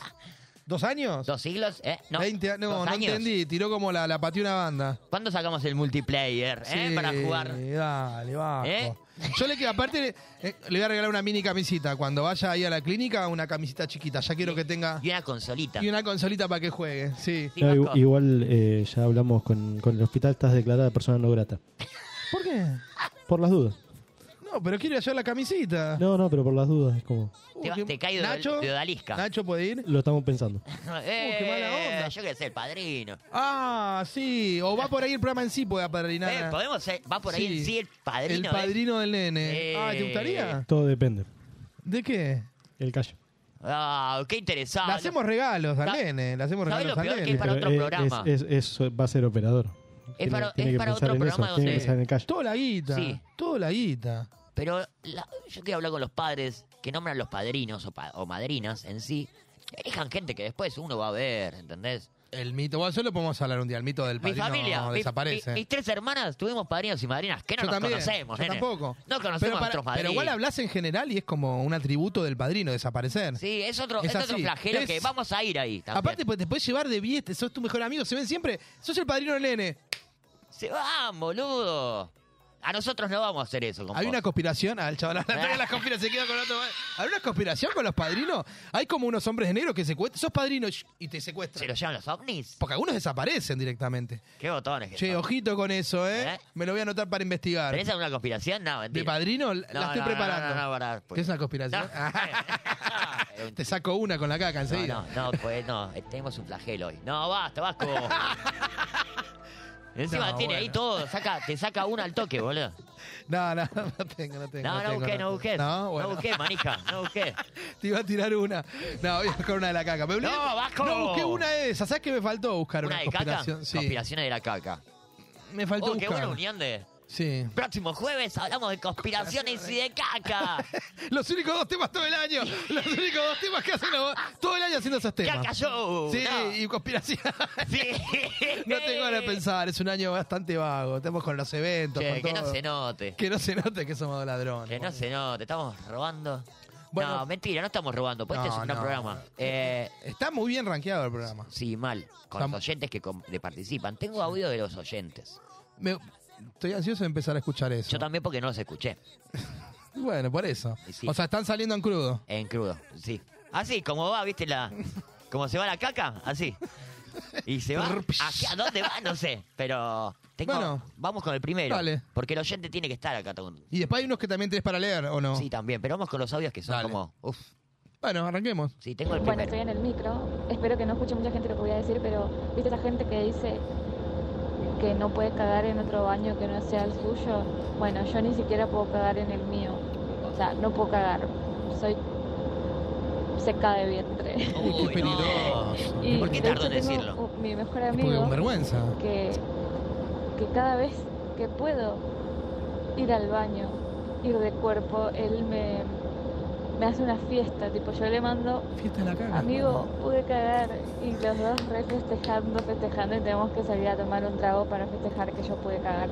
¿Dos años?
¿Dos siglos? ¿Eh? No,
Veinte a- no,
¿Dos
no
años?
entendí. Tiró como la, la pateó una banda.
¿Cuándo sacamos el multiplayer eh,
Sí,
para jugar?
Dale, Vasco.
¿Eh?
Yo le que aparte eh, le voy a regalar una mini camisita. Cuando vaya ahí a la clínica, una camisita chiquita. Ya quiero que tenga.
Y una consolita.
Y una consolita para que juegue. Sí.
Sí,
No,
Vasco.
i- igual eh, ya hablamos con, con el hospital, estás declarada persona no grata.
¿Por qué?
Por las dudas.
No, pero quiero hacer la camisita.
No, no, pero por las dudas es como.
Uh,
Te va-
qué-
te cae de- de odalisca.
Nacho puede ir.
Lo estamos pensando.
Eh,
qué mala onda.
Yo qué sé, el padrino.
Ah, sí. O va por ahí el programa en sí, puede apadrinar.
Eh, podemos ser- va por ahí
Sí.
en sí el padrino.
El padrino del nene.
Eh.
Ah, ¿te gustaría?
Todo depende.
¿De qué?
El callo.
¿eh? Ah, qué interesante.
Le hacemos regalos al
Sa-
nene. Le hacemos
¿sabés
regalos
lo
al
peor que
nene.
es para otro
eh,
programa.
Es, es- es- va a ser operador. Tiene-
para-
tiene
es
que
para
pensar
otro
en
programa
eso, Tiene
donde-
que pensar en el callo.
Todo la guita.
Sí.
Todo la guita.
Pero la- yo quiero hablar con los padres que nombran los padrinos o, pa- o madrinas en sí. Elijan gente que después uno va a ver, ¿entendés?
El mito. Bueno, solo podemos hablar un día. El mito del
Mi
padrino
familia, mi-
desaparece.
mi- mis tres hermanas tuvimos padrinos y madrinas que no
Yo
nos
también.
conocemos,
Yo
nene.
tampoco.
No conocemos
pero,
a
para-
nuestros padrinos.
pero igual hablas en general y es como un atributo del padrino desaparecer.
Sí, es otro,
Es
es otro
así.
flagelo
Es-
que vamos a ir ahí. también.
Aparte, pues, te puedes llevar de billete. Sos tu mejor amigo. Se ven siempre. Sos el padrino del nene.
se van, boludo. A nosotros no vamos a hacer eso. Con
Hay
vos.
una conspiración. Al chaval,
Ah.
la conspiración se queda con otro. Hay una conspiración con los padrinos. Hay como unos hombres de negro que secuestran. Sos padrino sh- y te
¿Se
secuestran.
lo llevan los ovnis?
Porque algunos desaparecen directamente.
¿Qué botones? que
Che,
son?
ojito con eso, ¿eh?
¿Eh?
Me lo voy a anotar para investigar.
¿Tenés alguna conspiración? No,
¿De
mentira.
padrino?
No,
la estoy
no, no,
preparando.
no, no, pará, pues.
¿Qué es una conspiración? Ah,
No.
te saco una con la caca
No,
enseguida.
no, no, pues no, eh, tenemos un flagelo hoy. No, basta, Vasco. Encima
No,
tiene ahí
bueno.
todo, saca, te saca una al toque, boludo.
No, no, no tengo, no tengo.
No, no
tengo,
busqué, no
tengo.
busqué.
No,
No,
bueno.
busqué, manija, no busqué.
Te iba a tirar una. No, voy a buscar una de la caca. Me olvidé-
No, Vasco.
No busqué una de esas. ¿Sabes qué me faltó buscar?
¿Una
Una,
de caca?
conspiración. Sí.
Conspiraciones de la caca.
Me faltó
Oh, qué
buscar.
buena unión de.
Sí.
Próximo jueves hablamos de conspiraciones y de caca.
Los únicos dos temas todo el año. Los únicos dos temas que hacen los- todo el año haciendo esos temas.
Caca show.
Sí,
no.
y conspiración.
Sí.
No tengo ganas de pensar, es un año bastante vago. Estamos con los eventos,
Che,
con
que no
todo.
se note.
Que no se note que somos ladrones.
Que no se note, estamos robando.
Bueno.
no, mentira, no estamos robando, pues este
No,
es un gran
no.
programa. Eh,
Está muy bien rankeado el programa.
Sí, mal. Con
Estamos-
los oyentes que com- le participan. Tengo audio de los oyentes.
Me- estoy ansioso de empezar a escuchar eso.
Yo también porque no los escuché
Bueno, por eso.
Y sí.
O sea, están saliendo en crudo.
en crudo. Sí. Así, como va, viste la. Como se va la caca, así. Y se va. ¿A, qué- a dónde va? No sé. Pero. Tengo,
Bueno.
vamos con el primero.
Dale.
Porque el oyente tiene que estar acá. con-
Y después hay unos que también tenés para leer, ¿o no?
Sí, también. Pero vamos con los audios que son
Dale.
como. Uf.
Bueno, arranquemos.
Sí, tengo el
Bueno,
primero.
estoy en el micro. Espero que no escuche mucha gente lo que voy a decir, pero viste esa gente que dice que no puede cagar en otro baño que no sea el suyo. Bueno, yo ni siquiera puedo cagar en el mío. O sea, no puedo cagar. Soy seca de vientre.
Uy,
Qué peligroso.
no.
Y
Oh. ¿Por qué
de
tardó en
hecho, tengo
decirlo?
un- Mi mejor
Es porque
amigo
con vergüenza.
que, que cada vez que puedo ir al baño, ir de cuerpo, él me, me hace una fiesta. Tipo, yo le mando
Fiesta de la caca.
Amigo, pude cagar y los dos re festejando, festejando y tenemos que salir a tomar un trago para festejar que yo pude cagar.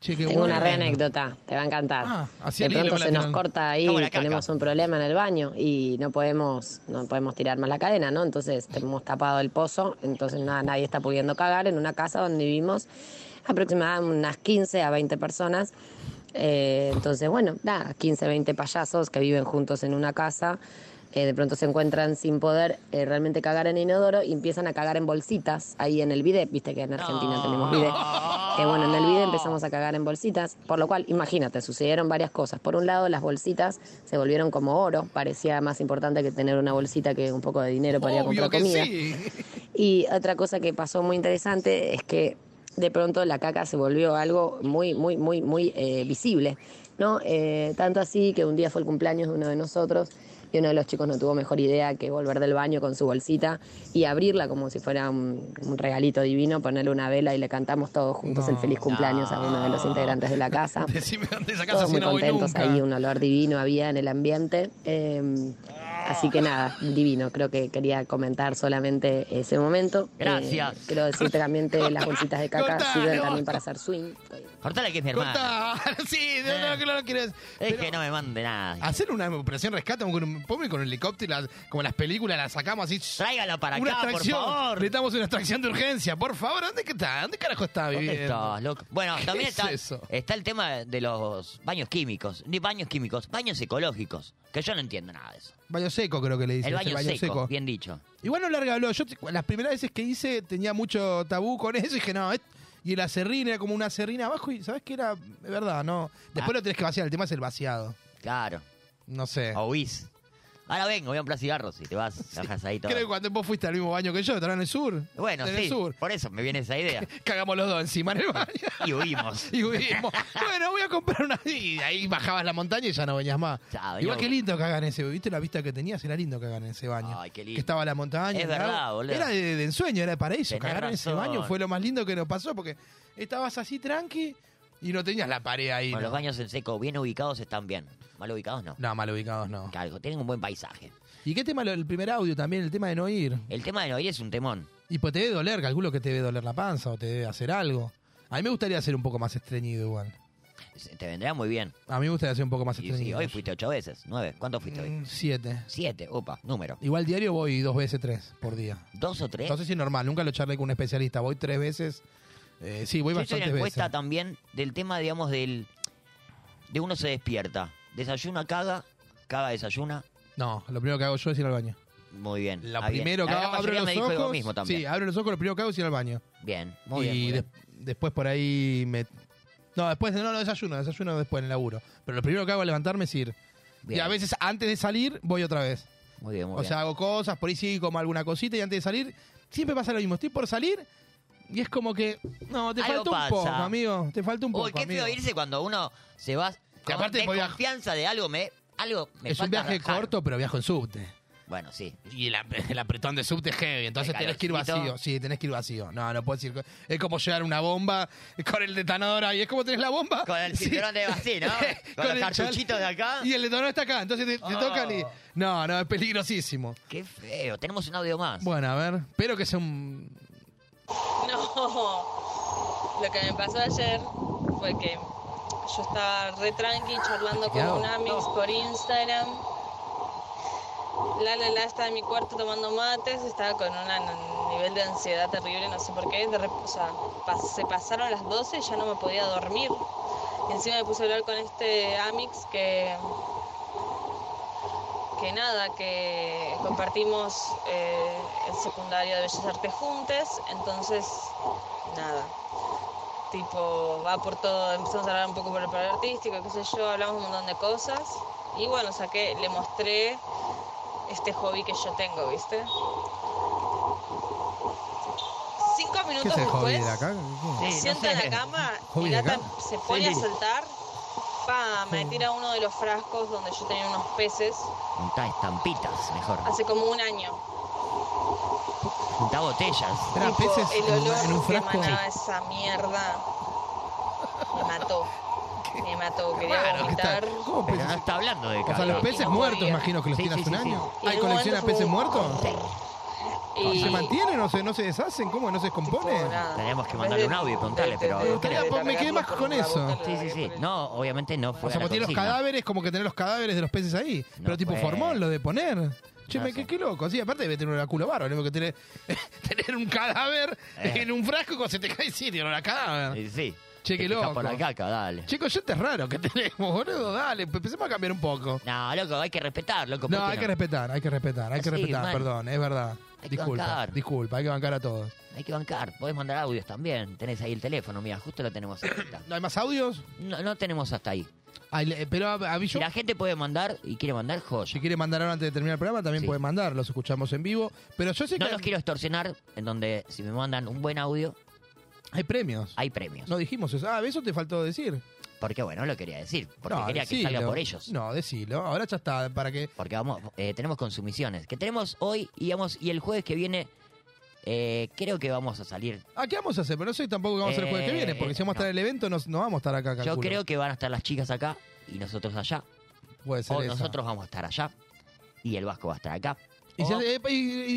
Che, qué
Tengo
bueno.
una re anécdota, te va a encantar.
Ah, así
de
al hilo
pronto
me la
se nos
tiraron.
corta ahí,
Cago en la caca.
tenemos un problema en el baño y no podemos, no podemos tirar más la cadena, ¿no? Entonces tenemos tapado el pozo, entonces nada, nadie está pudiendo cagar en una casa donde vivimos aproximadamente unas 15 a 20 personas. Eh, entonces, bueno, nada, 15, 20 payasos que viven juntos en una casa. eh, de pronto se encuentran sin poder eh, realmente cagar en inodoro y empiezan a cagar en bolsitas ahí en el bidet. Viste que en Argentina tenemos bidet. Eh, bueno, en el bidet
Oh.
empezamos a cagar en bolsitas, por lo cual, imagínate, sucedieron varias cosas. Por un lado, las bolsitas se volvieron como oro, parecía más importante que tener una bolsita que un poco de dinero para ir a
Obvio
comprar
que
comida.
sí.
Y otra cosa que pasó muy interesante es que de pronto la caca se volvió algo muy, muy, muy, muy eh, visible, ¿no? Eh, tanto así que un día fue el cumpleaños de uno de nosotros y uno de los chicos no tuvo mejor idea que volver del baño con su bolsita y abrirla como si fuera un, un regalito divino, ponerle una vela y le cantamos todos juntos el feliz cumpleaños a uno de los integrantes de la casa.
Decime dónde sacas
Todos
así
muy
no voy
contentos
nunca.
ahí, un olor divino había en el ambiente. eh, así que nada, divino. Creo que quería comentar solamente ese momento. Eh,
Gracias.
quiero decirte también que las bolsitas de caca
Cortá,
sirven
no.
también para hacer swing.
Cortale que es mi hermano.
Corta. Sí, no, no, que no lo quieres.
Es
Pero
que no me mande nada.
Hacer una operación rescate con un, ponme con un helicóptero, las- como las películas, las sacamos así.
Tráigalo para
una
acá, por
extracción.
favor.
Necesitamos una extracción de urgencia, por favor. ¿Dónde que está? ¿Dónde carajo está viviendo?
¿Dónde estás, loco? Bueno,
¿Qué
también
es
está,
eso?
está el tema de los baños químicos. Ni baños químicos, baños ecológicos. Que yo no entiendo nada de eso.
Baño seco, creo que le dicen.
El baño,
ese
seco, bien dicho.
Igual no larga habló. Yo te- las primeras veces que hice tenía mucho tabú con eso y dije, no, es- y el acerrín era como una acerrina abajo y sabes que era de verdad, no. Después
Ah.
lo tenés que vaciar, el tema es el vaciado.
Claro.
No sé.
O bis. Ahora vengo, voy a comprar cigarros y te vas, te bajas ahí todo.
Creo que cuando vos fuiste al mismo baño que yo, estará en el sur.
Bueno,
en
sí,
el sur.
por eso me viene esa idea.
Cagamos los dos encima en el baño.
Y huimos.
Y huimos. bueno, voy a comprar una. Y ahí bajabas la montaña y ya no venías más.
Ya,
Igual
veníamos.
que lindo cagar en ese. ¿Viste la vista que tenías? Era lindo cagar en ese baño.
Ay, qué lindo.
Que estaba la montaña.
Es
el lago.
verdad, boludo.
Era de, de ensueño, era de paraíso.
Tenés
cagar en ese
razón.
baño fue lo más lindo que nos pasó porque estabas así tranqui y no tenías la pared ahí.
Bueno,
¿no?
los baños en seco, bien ubicados están bien. Mal ubicados no.
No, mal ubicados no.
Claro, tienen un buen paisaje.
¿Y qué tema? lo- El primer audio también, el tema de no ir.
El tema de Noir es un temón.
Y pues te debe doler, calculo que te debe doler la panza o te debe hacer algo. A mí me gustaría ser un poco más estreñido igual.
Se- Te vendría muy bien.
A mí me gustaría ser un poco más
Y sí,
estreñido.
hoy fuiste ocho veces, nueve. ¿Cuánto fuiste hoy?
Mm, Siete.
Siete, opa, número.
Igual diario voy dos veces tres por día.
¿Dos o tres?
No sé si es normal, nunca lo charlé con un especialista. Voy tres veces. Eh, sí, voy
Yo hice una
bastantes veces.
encuesta también del tema, digamos, del. de uno se despierta. Desayuna, caga, caga, desayuna.
No, lo primero que hago yo es ir al baño.
Muy bien.
Lo
ah, bien.
primero que
La gran
hago, abro
mayoría
los
me dijo
ojos.
lo mismo también.
Sí, abro los ojos, lo primero que hago es ir al baño.
Bien, muy
y
bien. muy bien.
des- después por ahí me. No, después no, no desayuno, desayuno después en el laburo. Pero lo primero que hago al levantarme es ir. Y
Bien,
a veces antes de salir voy otra vez.
Muy bien, muy
o
bien.
sea, hago cosas, por ahí sí como alguna cosita y antes de salir siempre pasa lo mismo. Estoy por salir y es como que no, te
Algo
falta un
pasa.
poco, amigo, te falta un poco.
Uy, qué feo
amigo.
irse cuando uno se va con
aparte podía-
desconfianza de algo, me, algo me
es un
falta
viaje
rajar.
corto, pero viajo en subte.
Bueno, sí.
Y la- el apretón de subte es heavy, entonces
El
tenés que ir
calorcito.
vacío. Sí, tenés que ir vacío. No, no puedes ir. con- Es como llevar una bomba con el detonador ahí. Es como tenés la bomba.
Con el
Sí.
cinturón de así, ¿no? Con,
el
los cartuchitos de acá.
Y el detonador está acá, entonces te, te
Oh.
tocan y. No, no, es peligrosísimo.
Qué feo. Tenemos un audio más.
Bueno, a ver. Pero que sea un.
No, lo que me pasó ayer fue que yo estaba re tranqui charlando con
Chequeado.
una mix por Instagram. La la la estaba en mi cuarto tomando mates, estaba con una- un nivel de ansiedad terrible, no sé por qué. de rep- o sea, pas- se pasaron las 12 y ya no me podía dormir. Y encima me puse a hablar con este Amix que que nada, que compartimos eh, el secundario de Bellas Artes juntas, entonces nada. Tipo, va por todo, empezamos a hablar un poco por el par artístico, qué sé yo, hablamos un montón de cosas. Y bueno, saqué, le mostré este hobby que yo tengo, ¿viste? Cinco
¿Qué
minutos
es el hobby
después
de acá?
Sí,
se
no
sienta
sé.
en la cama
Hobby
y
de
gata
cama.
se pone
Sí.
a soltar. Pa, me tira uno de los frascos donde yo tenía unos peces
Juntá estampitas, mejor.
hace como un año.
Juntá botellas.
Era
Tipo,
peces
el
en,
olor
en un
que
frasco.
emanaba esa mierda me mató. Me mató, quería
Claro, que está.
vomitar.
¿Cómo
Pero
peces?
no está hablando de
O sea,
caca.
los peces
No
muertos,
podía.
imagino que los
Sí, pues,
tiras
sí,
un
sí,
año.
Y en
¿Hay
un
colección a
momento
peces
fue un-
muertos?
Sí. Y-
¿Se mantienen o se, no se deshacen? ¿Cómo? ¿No se descomponen?
Tenemos que mandarle un audio y preguntarle, pero.
Me gustaría, pues, me quedé más con eso.
Sí, sí, sí. No, obviamente no fue.
O sea,
a la
como tiene los
consigna.
cadáveres, como que tener los cadáveres de los peces ahí. pero tipo
fue.
formol, lo de poner. Che, me, qué, qué loco. Sí, aparte debe tener un culo bárbaro, ¿no? Porque tener, tener un cadáver
Eh.
en un frasco cuando se te cae sí, tiene olor a cadáver.
Sí, sí.
Che, qué
Te fijas
loco.
por la caca, dale.
Che, coyote es raro que tenemos, boludo. Dale, empecemos a cambiar un poco.
No, loco, hay que respetar, loco. ¿por
No,
qué
hay que respetar, hay que respetar, hay que
Sí,
respetar,
man.
perdón, es verdad.
Hay que
disculpa,
bancar.
disculpa, hay que bancar a todos.
Hay que bancar. Podés mandar audios también. Tenés ahí el teléfono, mira, justo lo tenemos ahorita.
¿No hay más audios?
No, no tenemos hasta ahí.
Ay, le- pero a, a mí
Si
yo-
la gente puede mandar y quiere mandar, joya.
si quiere mandar ahora antes de terminar el programa, también puede mandar, los escuchamos en vivo. Pero yo sé
No
que
los quiero extorsionar, en donde si me mandan un buen audio,
hay premios.
hay premios.
No dijimos eso. Ah, eso te faltó decir.
Porque bueno, lo quería decir. Porque
No,
quería
decilo.
que salga por ellos.
No, decilo. Ahora ya está, para que.
Porque vamos, eh, tenemos consumiciones. Que tenemos hoy y, vamos, y el jueves que viene, eh, creo que vamos a salir.
Ah, ¿qué vamos a hacer? Pero no sé tampoco qué vamos a hacer el jueves que
Eh,
viene, porque si vamos a estar en el evento, no, no vamos a estar acá.
Yo
calculo.
creo que van a estar las chicas acá y nosotros allá.
Puede ser
O
esa.
nosotros vamos a estar allá y el Vasco va a estar acá.
¿Y, si,
o-
eh, y-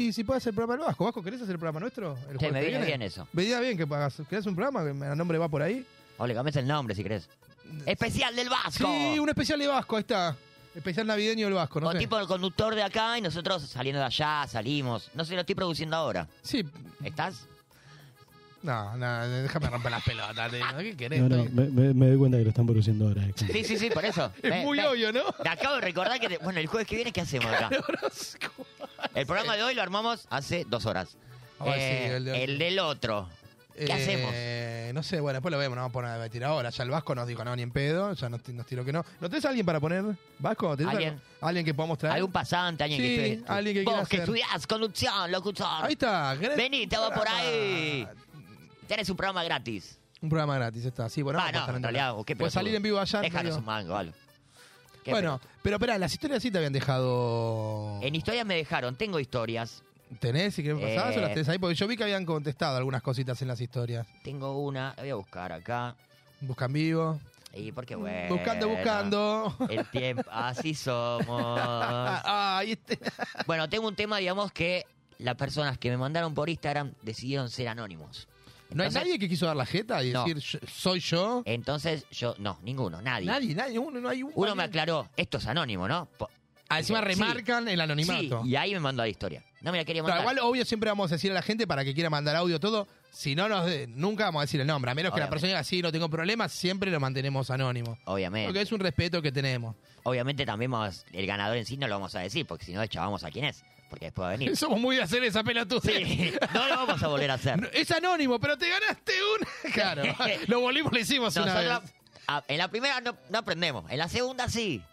y si puede hacer el programa del Vasco, Vasco, ¿querés hacer el programa nuestro? El
Sí,
jueves
me
que
viene
viene?
bien eso.
Venía bien que hagas. ¿Querés un programa? que El nombre va por ahí.
O le cambias el nombre si querés. ¡Especial del Vasco!
Sí, un especial de Vasco, ahí está. Especial navideño del Vasco, ¿no?
o
sé.
tipo el conductor de acá y nosotros saliendo de allá, salimos. No sé, lo estoy produciendo ahora.
Sí.
¿Estás?
No, no, déjame romper las pelotas. te digo, ¿Qué querés?
No, no, me, me- me doy cuenta que lo están produciendo ahora. eh,
Sí, sí, sí, por eso.
Es
Ve,
muy
ve.
obvio, ¿no?
Te acabo de recordar que... te- Bueno, el jueves que viene, ¿qué hacemos acá? El programa de hoy lo armamos hace dos horas.
Ah, bueno,
Eh,
sí, el
el,
de hoy.
del otro. ¿Qué
Eh,
hacemos?
No sé, bueno, después lo vemos, no vamos a poner a debatir ahora. Ya el Vasco nos dijo no, ni en pedo, ya nos, nos tiró que no. ¿No tenés alguien para poner, Vasco? ¿Tenés
¿Alguien?
algo- ¿Alguien que podamos traer?
¿Algún pasante? ¿Alguien
Sí,
que estudie-
alguien que quiera
Vos que
hacer.
estudiás conducción, locutor.
Ahí está. ¿querés?
Vení, te va por
Ah,
ahí. Tenés un programa gratis.
Un programa gratis, está. Sí, bueno,
Ah,
vamos a
no,
estar
en realidad, vos qué
Puedes
pelotudo.
salir en vivo allá.
Déjanos
medio-
un mango, algo. Qué
Bueno, pero espera, las historias sí te habían dejado.
pelotudo. En historias me dejaron, tengo historias.
¿Tenés? Si querés pasar, o las
Eh.
tenés ahí. Porque yo vi que habían contestado algunas cositas en las historias.
Tengo una, la voy a buscar acá.
Buscan vivo. Mm,
Y porque bueno.
buscando, buscando.
El tiempo, así somos.
Ah, ahí este-
Bueno, tengo un tema, digamos, que las personas que me mandaron por Instagram decidieron ser anónimos.
¿No hay
Entonces-
nadie que quiso dar la jeta y
No.
decir, "Yo- soy yo?
Entonces yo, no, ninguno, nadie.
Nadie, nadie, uno, no hay un.
Uno me aclaró, esto es anónimo, ¿no? Po-
Ah, encima
Sí.
remarcan el anonimato.
Sí, y ahí me mandó la historia. No me la quería
Claro,
mandar.
igual, obvio, siempre vamos a decir a la gente para que quiera mandar audio todo. Si no nos de- nunca vamos a decir el nombre. A menos que la
Obviamente.
persona diga, sí, no tengo problemas, siempre lo mantenemos anónimo.
Obviamente.
Porque es un respeto que tenemos.
Obviamente también vamos- el ganador en sí no lo vamos a decir, porque si no chavamos a quién es, porque después va a venir.
Somos muy de hacer esa pelotuda.
Sí, no lo vamos a volver a hacer.
No, Es anónimo, pero te ganaste una. Claro, lo volvimos, lo hicimos una
Nosotros
vez.
a- en la primera no, no aprendemos, en la segunda sí.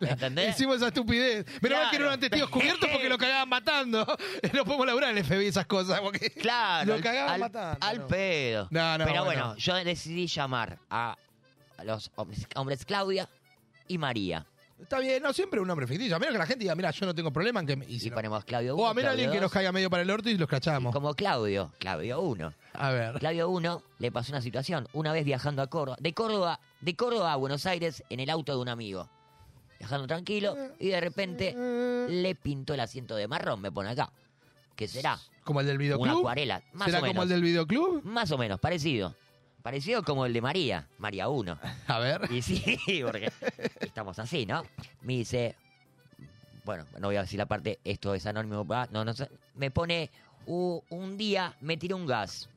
¿Entendés?
Hicimos esa estupidez. Pero mal que no
Claro.
eran testigos cubiertos porque lo cagaban matando. No podemos laburar en el FBI esas cosas. Porque
Claro.
Lo cagaban
Ah, al,
matando.
Al
¿no?
pedo.
No, no,
Pero
bueno.
bueno. yo decidí llamar a a los hombres, hombres Claudia y María.
Está bien, no siempre un hombre ficticio. A menos que la gente diga, mira, yo no tengo problema en que me. y si
Y
no-
ponemos Claudio 1.
o a menos alguien que nos caiga medio para el orto y los crachamos.
Como Claudio, Claudio 1.
A ver.
Claudio 1 le pasó una situación. Una vez viajando a Córdoba, de Córdoba, de Córdoba a Buenos Aires en el auto de un amigo. Viajando tranquilo y de repente le pintó el asiento de marrón, me pone acá. ¿Qué será?
Como el del
Una
videoclub.
acuarela, más
¿Será
o menos.
como el del videoclub?
Más o menos, parecido. Parecido como el de María, María 1.
A ver.
Y sí, porque estamos así, ¿no? Me dice, bueno, no voy a decir la parte, esto es anónimo, bla, no, no sé. Me pone, "U- un día me tiró un gas.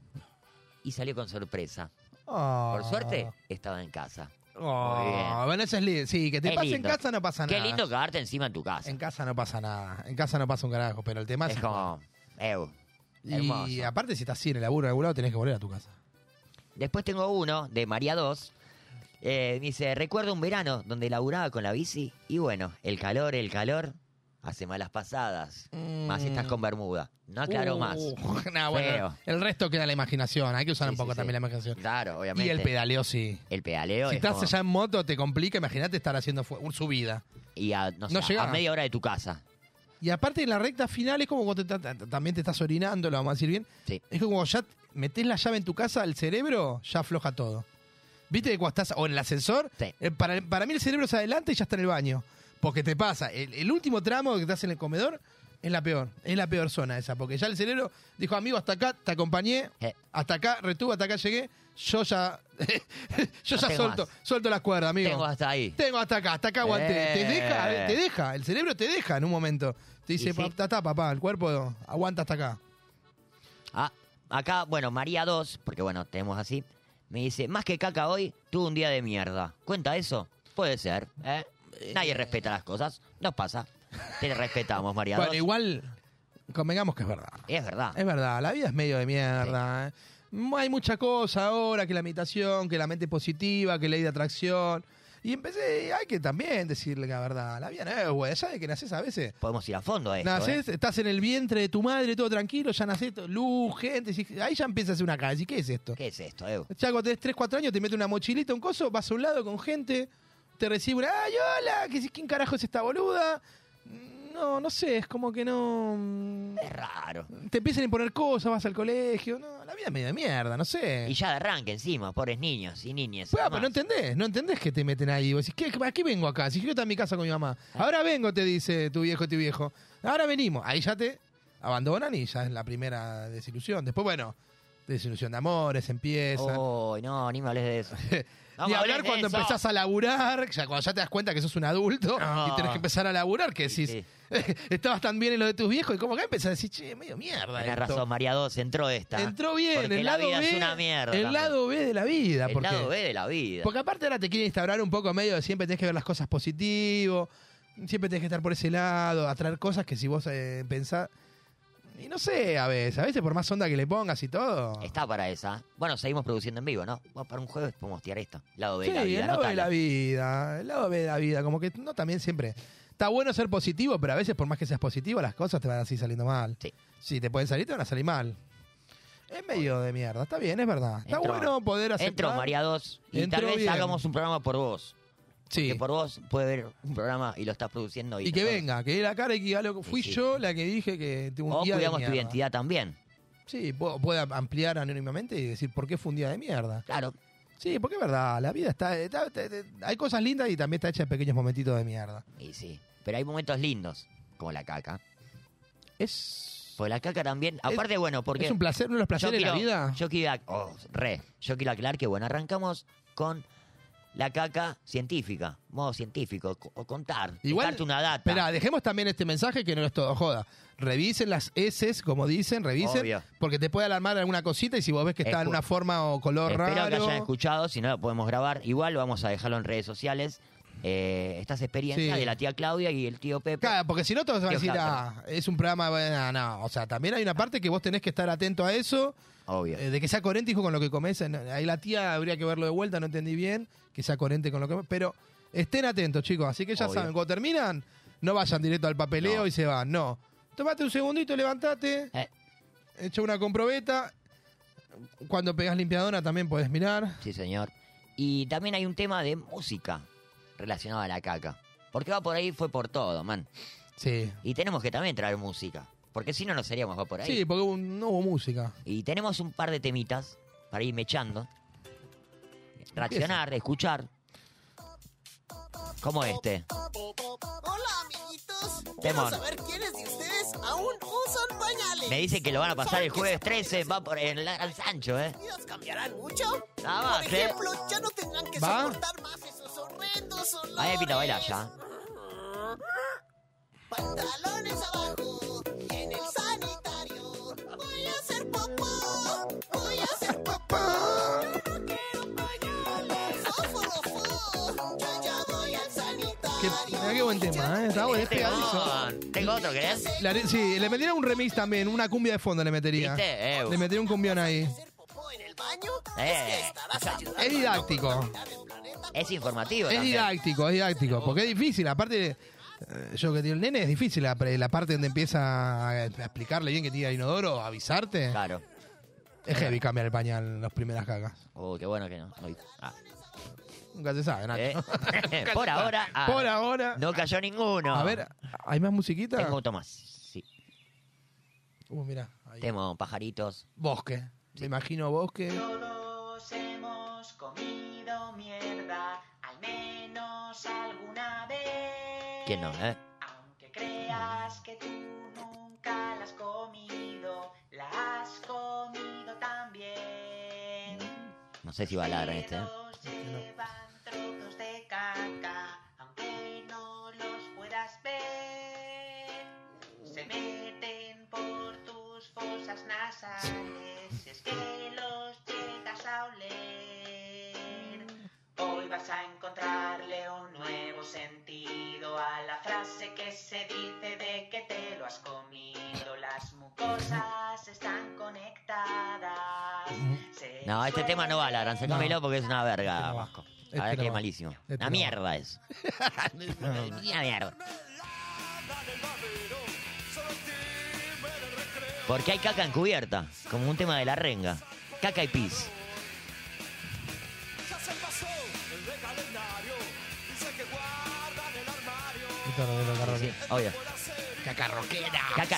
Y salió con sorpresa.
Ah.
Por suerte, estaba en casa. Muy
Ah,
bien.
bueno, eso es lindo. Sí, que te
Es
pase
lindo.
en casa no pasa
Qué
nada.
lindo cagarte encima en tu casa.
En casa no pasa nada. En casa no pasa un carajo, pero el tema
es como, eu, hermoso.
Y aparte, si estás así en el laburo en algún lado, tenés que volver a tu casa.
Después tengo uno de María 2. eh, dice, recuerdo un verano donde laburaba con la bici y bueno, el calor, el calor, hace malas pasadas. Mm. Más estás con Bermuda. No aclaro
Mm. Uh,
más.
nah, bueno,
Feo.
el resto queda la imaginación. Hay que usar
Sí,
un poco
sí,
también
sí.
la imaginación.
Claro, obviamente.
Y el pedaleo, sí.
El pedaleo
Si
es
estás
como-
allá en moto, te complica. Imagínate estar haciendo fu- subida.
y a, no sé,
no
a-
llegás.
a media hora de tu casa.
Y aparte, en la recta final es como cuando te ta- ta- también te estás orinando, lo vamos a decir bien.
Sí.
Es como ya metes la llave en tu casa, el cerebro ya afloja todo. ¿Viste que cuando estás o en el ascensor?
Sí.
eh, Para, para mí el cerebro se adelanta y ya está en el baño. Porque te pasa, el, el último tramo que estás en el comedor, Es la peor, es la peor zona esa, porque ya el cerebro dijo, amigo, hasta acá te acompañé,
Eh.
hasta acá retuve, hasta acá llegué, yo ya, yo
No
ya
tengo
suelto,
más.
suelto las cuerdas, amigo.
Tengo hasta ahí.
Tengo hasta acá, hasta acá aguanté.
Eh.
Te deja, te deja, el cerebro te deja en un momento. Te dice,
sí.
"Pa- ta- ta, papá, el cuerpo aguanta hasta acá.
Ah, acá, bueno, María 2, porque bueno, tenemos así, me dice, más que caca hoy, tuve un día de mierda. ¿Cuenta eso? Puede ser, ¿eh? Nadie respeta las cosas, nos pasa. Te respetamos, María
Bueno,
2.
igual, convengamos que es verdad.
Es verdad.
Es verdad, la vida es medio de mierda. ¿eh? Mm, Hay mucha cosa ahora, que la meditación, que la mente positiva, que ley de atracción. Y empecé, y hay que también decirle la verdad. La vida no es, güey, ya de que naces a veces.
Podemos ir a fondo a esto,
Nacés,
¿eh?
estás en el vientre de tu madre, todo tranquilo, ya nacés, to- luz, gente, y ahí ya empiezas a hacer una cara. ¿Y qué es esto?
¿Qué es esto, Evo?
Ya cuando tenés 3, 4 años, te mete una mochilita, un coso, vas a un lado con gente, te recibe una, ¡ay, hola! ¿Qué, ¿Quién carajo es esta boluda? No, no sé, es como que no... mm,
Es raro.
Te empiezan a imponer cosas, vas al colegio, no, la vida es medio de mierda, no sé.
Y ya de arranque encima, pobres niños y niñas.
Bueno, Ah, pero no entendés, no entendés que te meten ahí. Vos decís, ¿qué, ¿para qué vengo acá? Si yo estaba en mi casa con mi mamá.
Ah.
Ahora vengo, te dice tu viejo, tu viejo. Ahora venimos. Ahí ya te abandonan y ya es la primera desilusión. Después, bueno, desilusión de amores empieza.
Oh, no, ni me hables de eso. No
Ni
me hables
hablar
de
cuando
eso.
empezás a laburar, ya cuando ya te das cuenta que sos un adulto
No.
y tenés que empezar a laburar, que decís, estabas tan bien en lo de tus viejos y como acá empezás a decir, che, medio mierda.
Tenés
esto".
razón, María 2, entró esta.
Entró bien,
Porque
el
la
lado
vida
B,
es una mierda.
el
también.
lado B de la vida.
El
porque-
lado B de la vida.
Porque aparte ahora te quieren instaurar un poco medio de siempre tenés que ver las cosas positivo, siempre tenés que estar por ese lado, atraer cosas que si vos eh, pensás... Y no sé, a veces, a veces por más onda que le pongas y todo...
Está para esa. Bueno, seguimos produciendo en vivo, ¿no? Bueno, para un jueves podemos tirar esto. Lado B
Sí,
de la vida.
el lado
¿no?
de la vida, el lado B de la vida, como que no también siempre... Está bueno ser positivo, pero a veces por más que seas positivo, las cosas te van así saliendo mal.
Sí.
Si te pueden salir, te van a salir mal. Es medio de mierda, está bien, es verdad. Está
Entró.
bueno poder hacer...
Entró María 2 y tal
Entró
vez
bien.
hagamos un programa por vos.
Sí.
Que por vos puede haber un programa y lo estás produciendo. Y,
Y que
nosotros-
venga, que dé la cara y que diga, "Loco, fui
sí.
yo la que dije que tuvo un
O
día de
cuidamos tu
mierda".
identidad también.
Sí, pu- pueda ampliar anónimamente y decir por qué fue un día de mierda.
Claro.
Sí, porque es verdad, la vida está, está- está- está- Hay cosas lindas y también está hecha de pequeños momentitos de mierda.
Y sí. Pero hay momentos lindos, como la caca.
Es.
Pues la caca también. Aparte, bueno, porque.
es un placer, uno de los placeres de la vida.
Yo quiero. oh, re. Yo quiero aclarar que, bueno, arrancamos con la caca científica. Modo científico. co- O contar. contarte una data.
Esperá, dejemos también este mensaje que no es todo joda. Revisen las heces, como dicen, revisen,
Obvio.
porque te puede alarmar alguna cosita y si vos ves que está en
Escu-
una forma o color
Espero que
raro.
hayan escuchado, si no lo podemos grabar. Igual vamos a dejarlo en redes sociales. eh, estas experiencias
Sí.
de la tía Claudia y el tío Pepe.
Claro, porque si no todos van a
Tío
decir,
Claudia.
ah, es un programa, bueno, no, o sea, también hay una parte que vos tenés que estar atento a eso,
Obvio.
eh, de que sea coherente hijo, con lo que comes. En- Ahí la tía habría que verlo de vuelta, no entendí bien, que sea coherente con lo que pero estén atentos, chicos, así que ya
Obvio.
saben, cuando terminan, no vayan directo al papeleo
No.
y se van, no. Tomate un segundito, levantate,
Eh.
echa una comprobeta. Cuando pegas limpiadora también podés mirar.
Sí, señor. Y también hay un tema de música relacionado a la caca. Porque va por ahí, fue por todo, man.
Sí.
Y tenemos que también traer música. Porque si no, no seríamos va por ahí.
Sí, porque hubo- no hubo música.
Y tenemos un par de temitas para ir mechando. Reaccionar, escuchar. Como este.
Hola, amiguitos.
Temón.
Quiero saber quiénes de ustedes aún usan pañales.
Me dice que lo van a pasar el
¿Saben
jueves 13, va por en la Gran Sancho, ¿eh?
que sus vidas cambiarán mucho?
Nada más,
Por
¿eh?
ejemplo, ya no tendrán que
¿Va?
soportar más esos horrendos olores.
Ahí Pita baila ya.
Pantalones abajo y en el sanitario. Voy a hacer popó. Voy a hacer popó. Yo no quiero pañales. Fósforo, Yo ya voy al sanitario.
Qué, mirá qué buen tema, ¿eh? Está bueno, es pegadizo.
Tengo otro, ¿querés?
Le haré- sí, le metiera un remix también, una cumbia de fondo le metería.
¿Viste? Eh,
Le metería un cumbión ahí.
eh,
Es didáctico.
es informativo.
Es
también.
didáctico, es didáctico. Porque es difícil, aparte. eh, Yo que tengo el nene, es difícil la, pre- la parte donde empieza a explicarle bien que tira el inodoro, a avisarte.
Claro.
Es heavy cambiar el pañal en las primeras cagas.
Oh, qué bueno que no. no dijo. Ah.
Nunca se sabe, Nacho.
Eh,
Nunca se
por
sabe.
ahora, ah,
Por ahora.
No cayó ninguno.
A ver, ¿hay más musiquita?
Tengo otro más. Sí.
Uh, mirá, ahí.
Temo pajaritos.
Bosque. Me imagino bosque.
Todos hemos comido mierda, al menos alguna vez.
¿Quién no, eh?
Que creas que que tú nunca la has comido, la has comido también.
No sé si va a ladrar este, ¿eh?
Llevan trozos de caca, aunque no los puedas ver. Se meten por tus fosas nasales, si es que los llegas a oler. Hoy vas a encontrarle un nuevo sentido a la frase que se dice de que te lo has comido. Las mucosas están conectadas. Se
No, este tema no va a ladrar, sacámelo porque es una verga,
no va.
Vasco.
Este
La verdad
no
que es
va.
malísimo.
Este no
Una
va.
mierda es. Una mierda. Porque hay caca encubierta, como un tema de la renga. Caca y pis.
Ya se pasó el de calendario. Dice que guardan el armario.
Sí, obvio.
Caca roquera.
Caca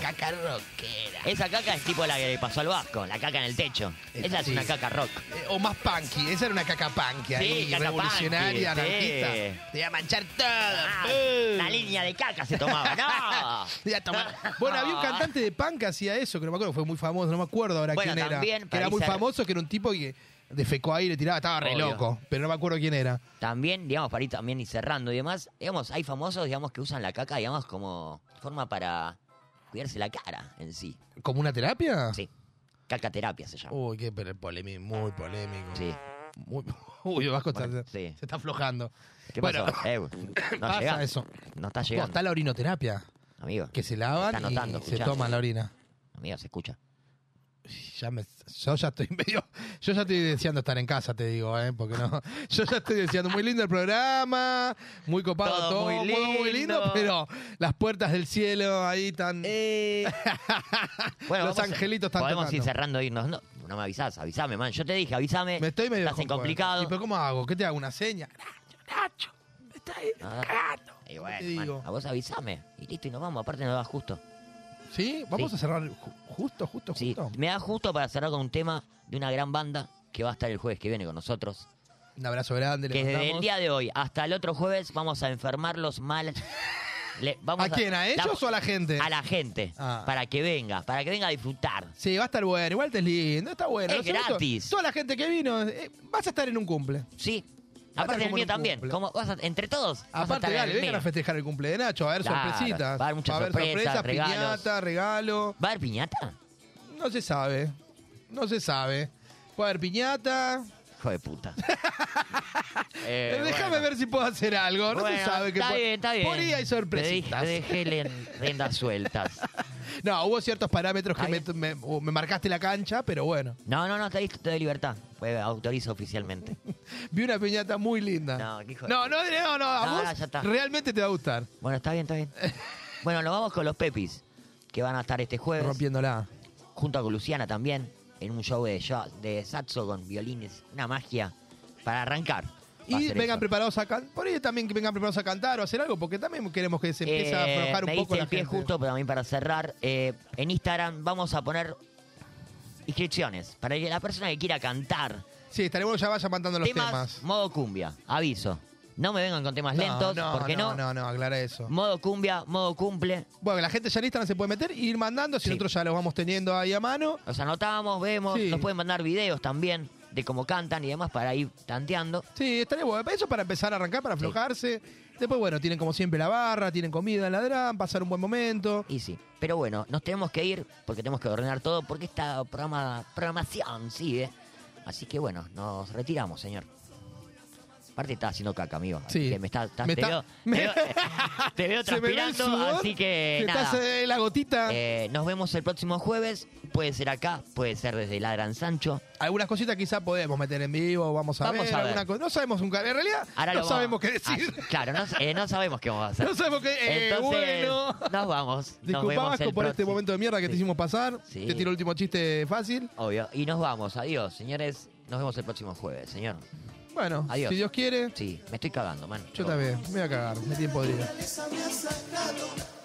La Caca roquera.
Esa caca es tipo la que le pasó al Vasco, la caca en el techo. Esa es
Sí.
una caca rock.
Eh, O más punky, esa era una caca punky ahí,
caca
revolucionaria,
punky,
anarquista.
sí.
Te voy a manchar todo.
la Ah, línea de caca se tomaba, no. Ah,
Te voy a tomar. Bueno, había un cantante de punk que hacía eso, que no me acuerdo, fue muy famoso, no me acuerdo ahora
Bueno,
quién era.
también
que era muy
Pariser-
famoso, que era un tipo que defecó ahí, le tiraba, estaba re
Obvio.
loco, pero no me acuerdo quién era.
También, digamos, para ir también y cerrando y demás, digamos, hay famosos, digamos, que usan la caca, digamos, como forma para cuidarse la cara en sí.
¿Como una terapia?
Sí. Cacaterapia se llama.
Uy, qué pero polémico, muy polémico.
Sí.
Muy- uy, Vasco está-
Bueno,
se está aflojando.
¿Qué
Bueno,
pasó? Eh, no
pasa
llega.
eso.
No está
No,
llegando.
está la orinoterapia.
Amigo.
Que se lavan
Está anotando,
y se
escuchá.
toman la orina.
Amigo, se escucha.
Ya me- yo ya estoy medio, yo ya estoy deseando estar en casa, te digo, ¿eh? porque no, yo ya estoy deseando muy lindo el programa, muy copado todo,
Todo muy
muy, muy lindo,
lindo.
pero las puertas del cielo ahí están,
Eh, Bueno,
los
vamos a-
angelitos están
Podemos ir
tocando.
cerrando e irnos. No, no me avisás, avísame, man. Yo te dije, avísame. Me estoy medio Estás en complicado.
¿Y pero cómo hago? ¿Qué te hago? ¿Una seña?
Ah, y bueno,
te
man,
digo?
a vos avísame. Y listo, y nos vamos. Aparte nos da justo.
¿Sí? ¿Vamos a cerrar ju- justo, justo,
Sí,
justo?
me da justo para cerrar con un tema de una gran banda que va a estar el jueves que viene con nosotros.
Un abrazo grande, le
Que desde
mandamos.
el día de hoy hasta el otro jueves vamos a enfermarlos mal. Le- vamos
¿A quién? ¿A ellos o a la gente?
A la gente. Para que venga, para que venga a disfrutar.
Sí, va a estar bueno, igual te es lindo, está bueno.
Es
Lo cierto,
gratis.
Toda la gente que vino, eh, vas a estar en un cumple.
Sí.
Va a estar
Aparte del
como
mío
en un
también.
cumple.
Como vas a- entre todos. vas a
Aparte,
estar en
dale,
el
vengan
mío.
a festejar el cumple de Nacho, va a haber
Claro,
sorpresitas.
va a haber muchas sorpresas, regalos.
piñata, regalo.
¿Va a haber piñata?
No se sabe. No se sabe. Puede haber piñata.
Hijo de puta.
Eh, Déjame ver si puedo hacer algo. No se
Bueno,
sabe qué
está
puede-
bien, está bien.
Por ahí hay sorpresitas.
Te dije- te dejé len- riendas sueltas.
No, hubo ciertos parámetros que me, me- o me marcaste la cancha, pero bueno.
No, no, no, te te doy libertad. Pues autorizo oficialmente.
Vi una piñata muy linda.
No, qué hijo de-
No, no, no, no, a
No,
vos
no, ya está.
realmente te va a gustar.
Bueno, está bien, está bien. Bueno, nos vamos con los Pepis, que van a estar este jueves.
Rompiéndola.
Junto con Luciana también, en un show de, yo- de saxo con violines. Una magia para arrancar. Va a
Y
ser
vengan
eso.
preparados a cantar. Por ahí también que vengan preparados a cantar o hacer algo, porque también queremos que se empiece a
Eh,
aflojar
me
un poco
diste
la
el pie
gente.
justo pero también para cerrar. eh, en Instagram vamos a poner inscripciones para que la persona que quiera cantar.
Sí, estaré bueno ya vaya mandando los temas.
Modo cumbia, aviso. No me vengan con temas
No,
lentos,
no,
porque no.
no, no, no, aclara eso.
Modo cumbia, modo cumple.
Bueno, la gente ya en Instagram se puede meter y ir mandando, si nosotros ya los vamos teniendo ahí a mano.
Nos anotamos, vemos,
Sí.
nos pueden mandar videos también de cómo cantan y demás para ir tanteando.
Sí, estaría bueno. Eso para empezar a arrancar, para aflojarse. Después, bueno, tienen como siempre la barra, tienen comida en la DRAM, pasar un buen momento.
Y sí. Pero bueno, nos tenemos que ir porque tenemos que ordenar todo porque esta programa, programación sigue. Así que bueno, nos retiramos, señor. Aparte está haciendo caca, amigo. así
Sí.
que me está, está-
Me
te,
está-
veo,
me-
te veo- te veo
Se me ve el
transpirando,
sudor,
así que
que
nada.
estás, eh, la gotita.
Eh, nos vemos el próximo jueves. Puede ser acá, puede ser desde la Gran Sancho.
Algunas cositas quizá podemos meter en vivo, vamos a
Vamos
ver.
a ver.
alguna co- no sabemos nunca. En realidad,
Ahora
no
lo vamos-
sabemos qué decir.
Ah, claro, no, eh, no sabemos qué vamos a hacer.
No sabemos qué- eh,
Entonces,
bueno.
nos vamos. nos
Disculpa,
vemos
Vasco,
el
por este
próximo-
momento de mierda que te hicimos pasar.
Sí.
Te tiró el último chiste fácil.
Obvio. Y nos vamos. Adiós, señores. Nos vemos el próximo jueves, señor.
Bueno,
Adiós.
si Dios quiere.
Sí, me estoy cagando, man.
Yo también, me voy a cagar, me tiempo podrido.
Realeza me ha sacado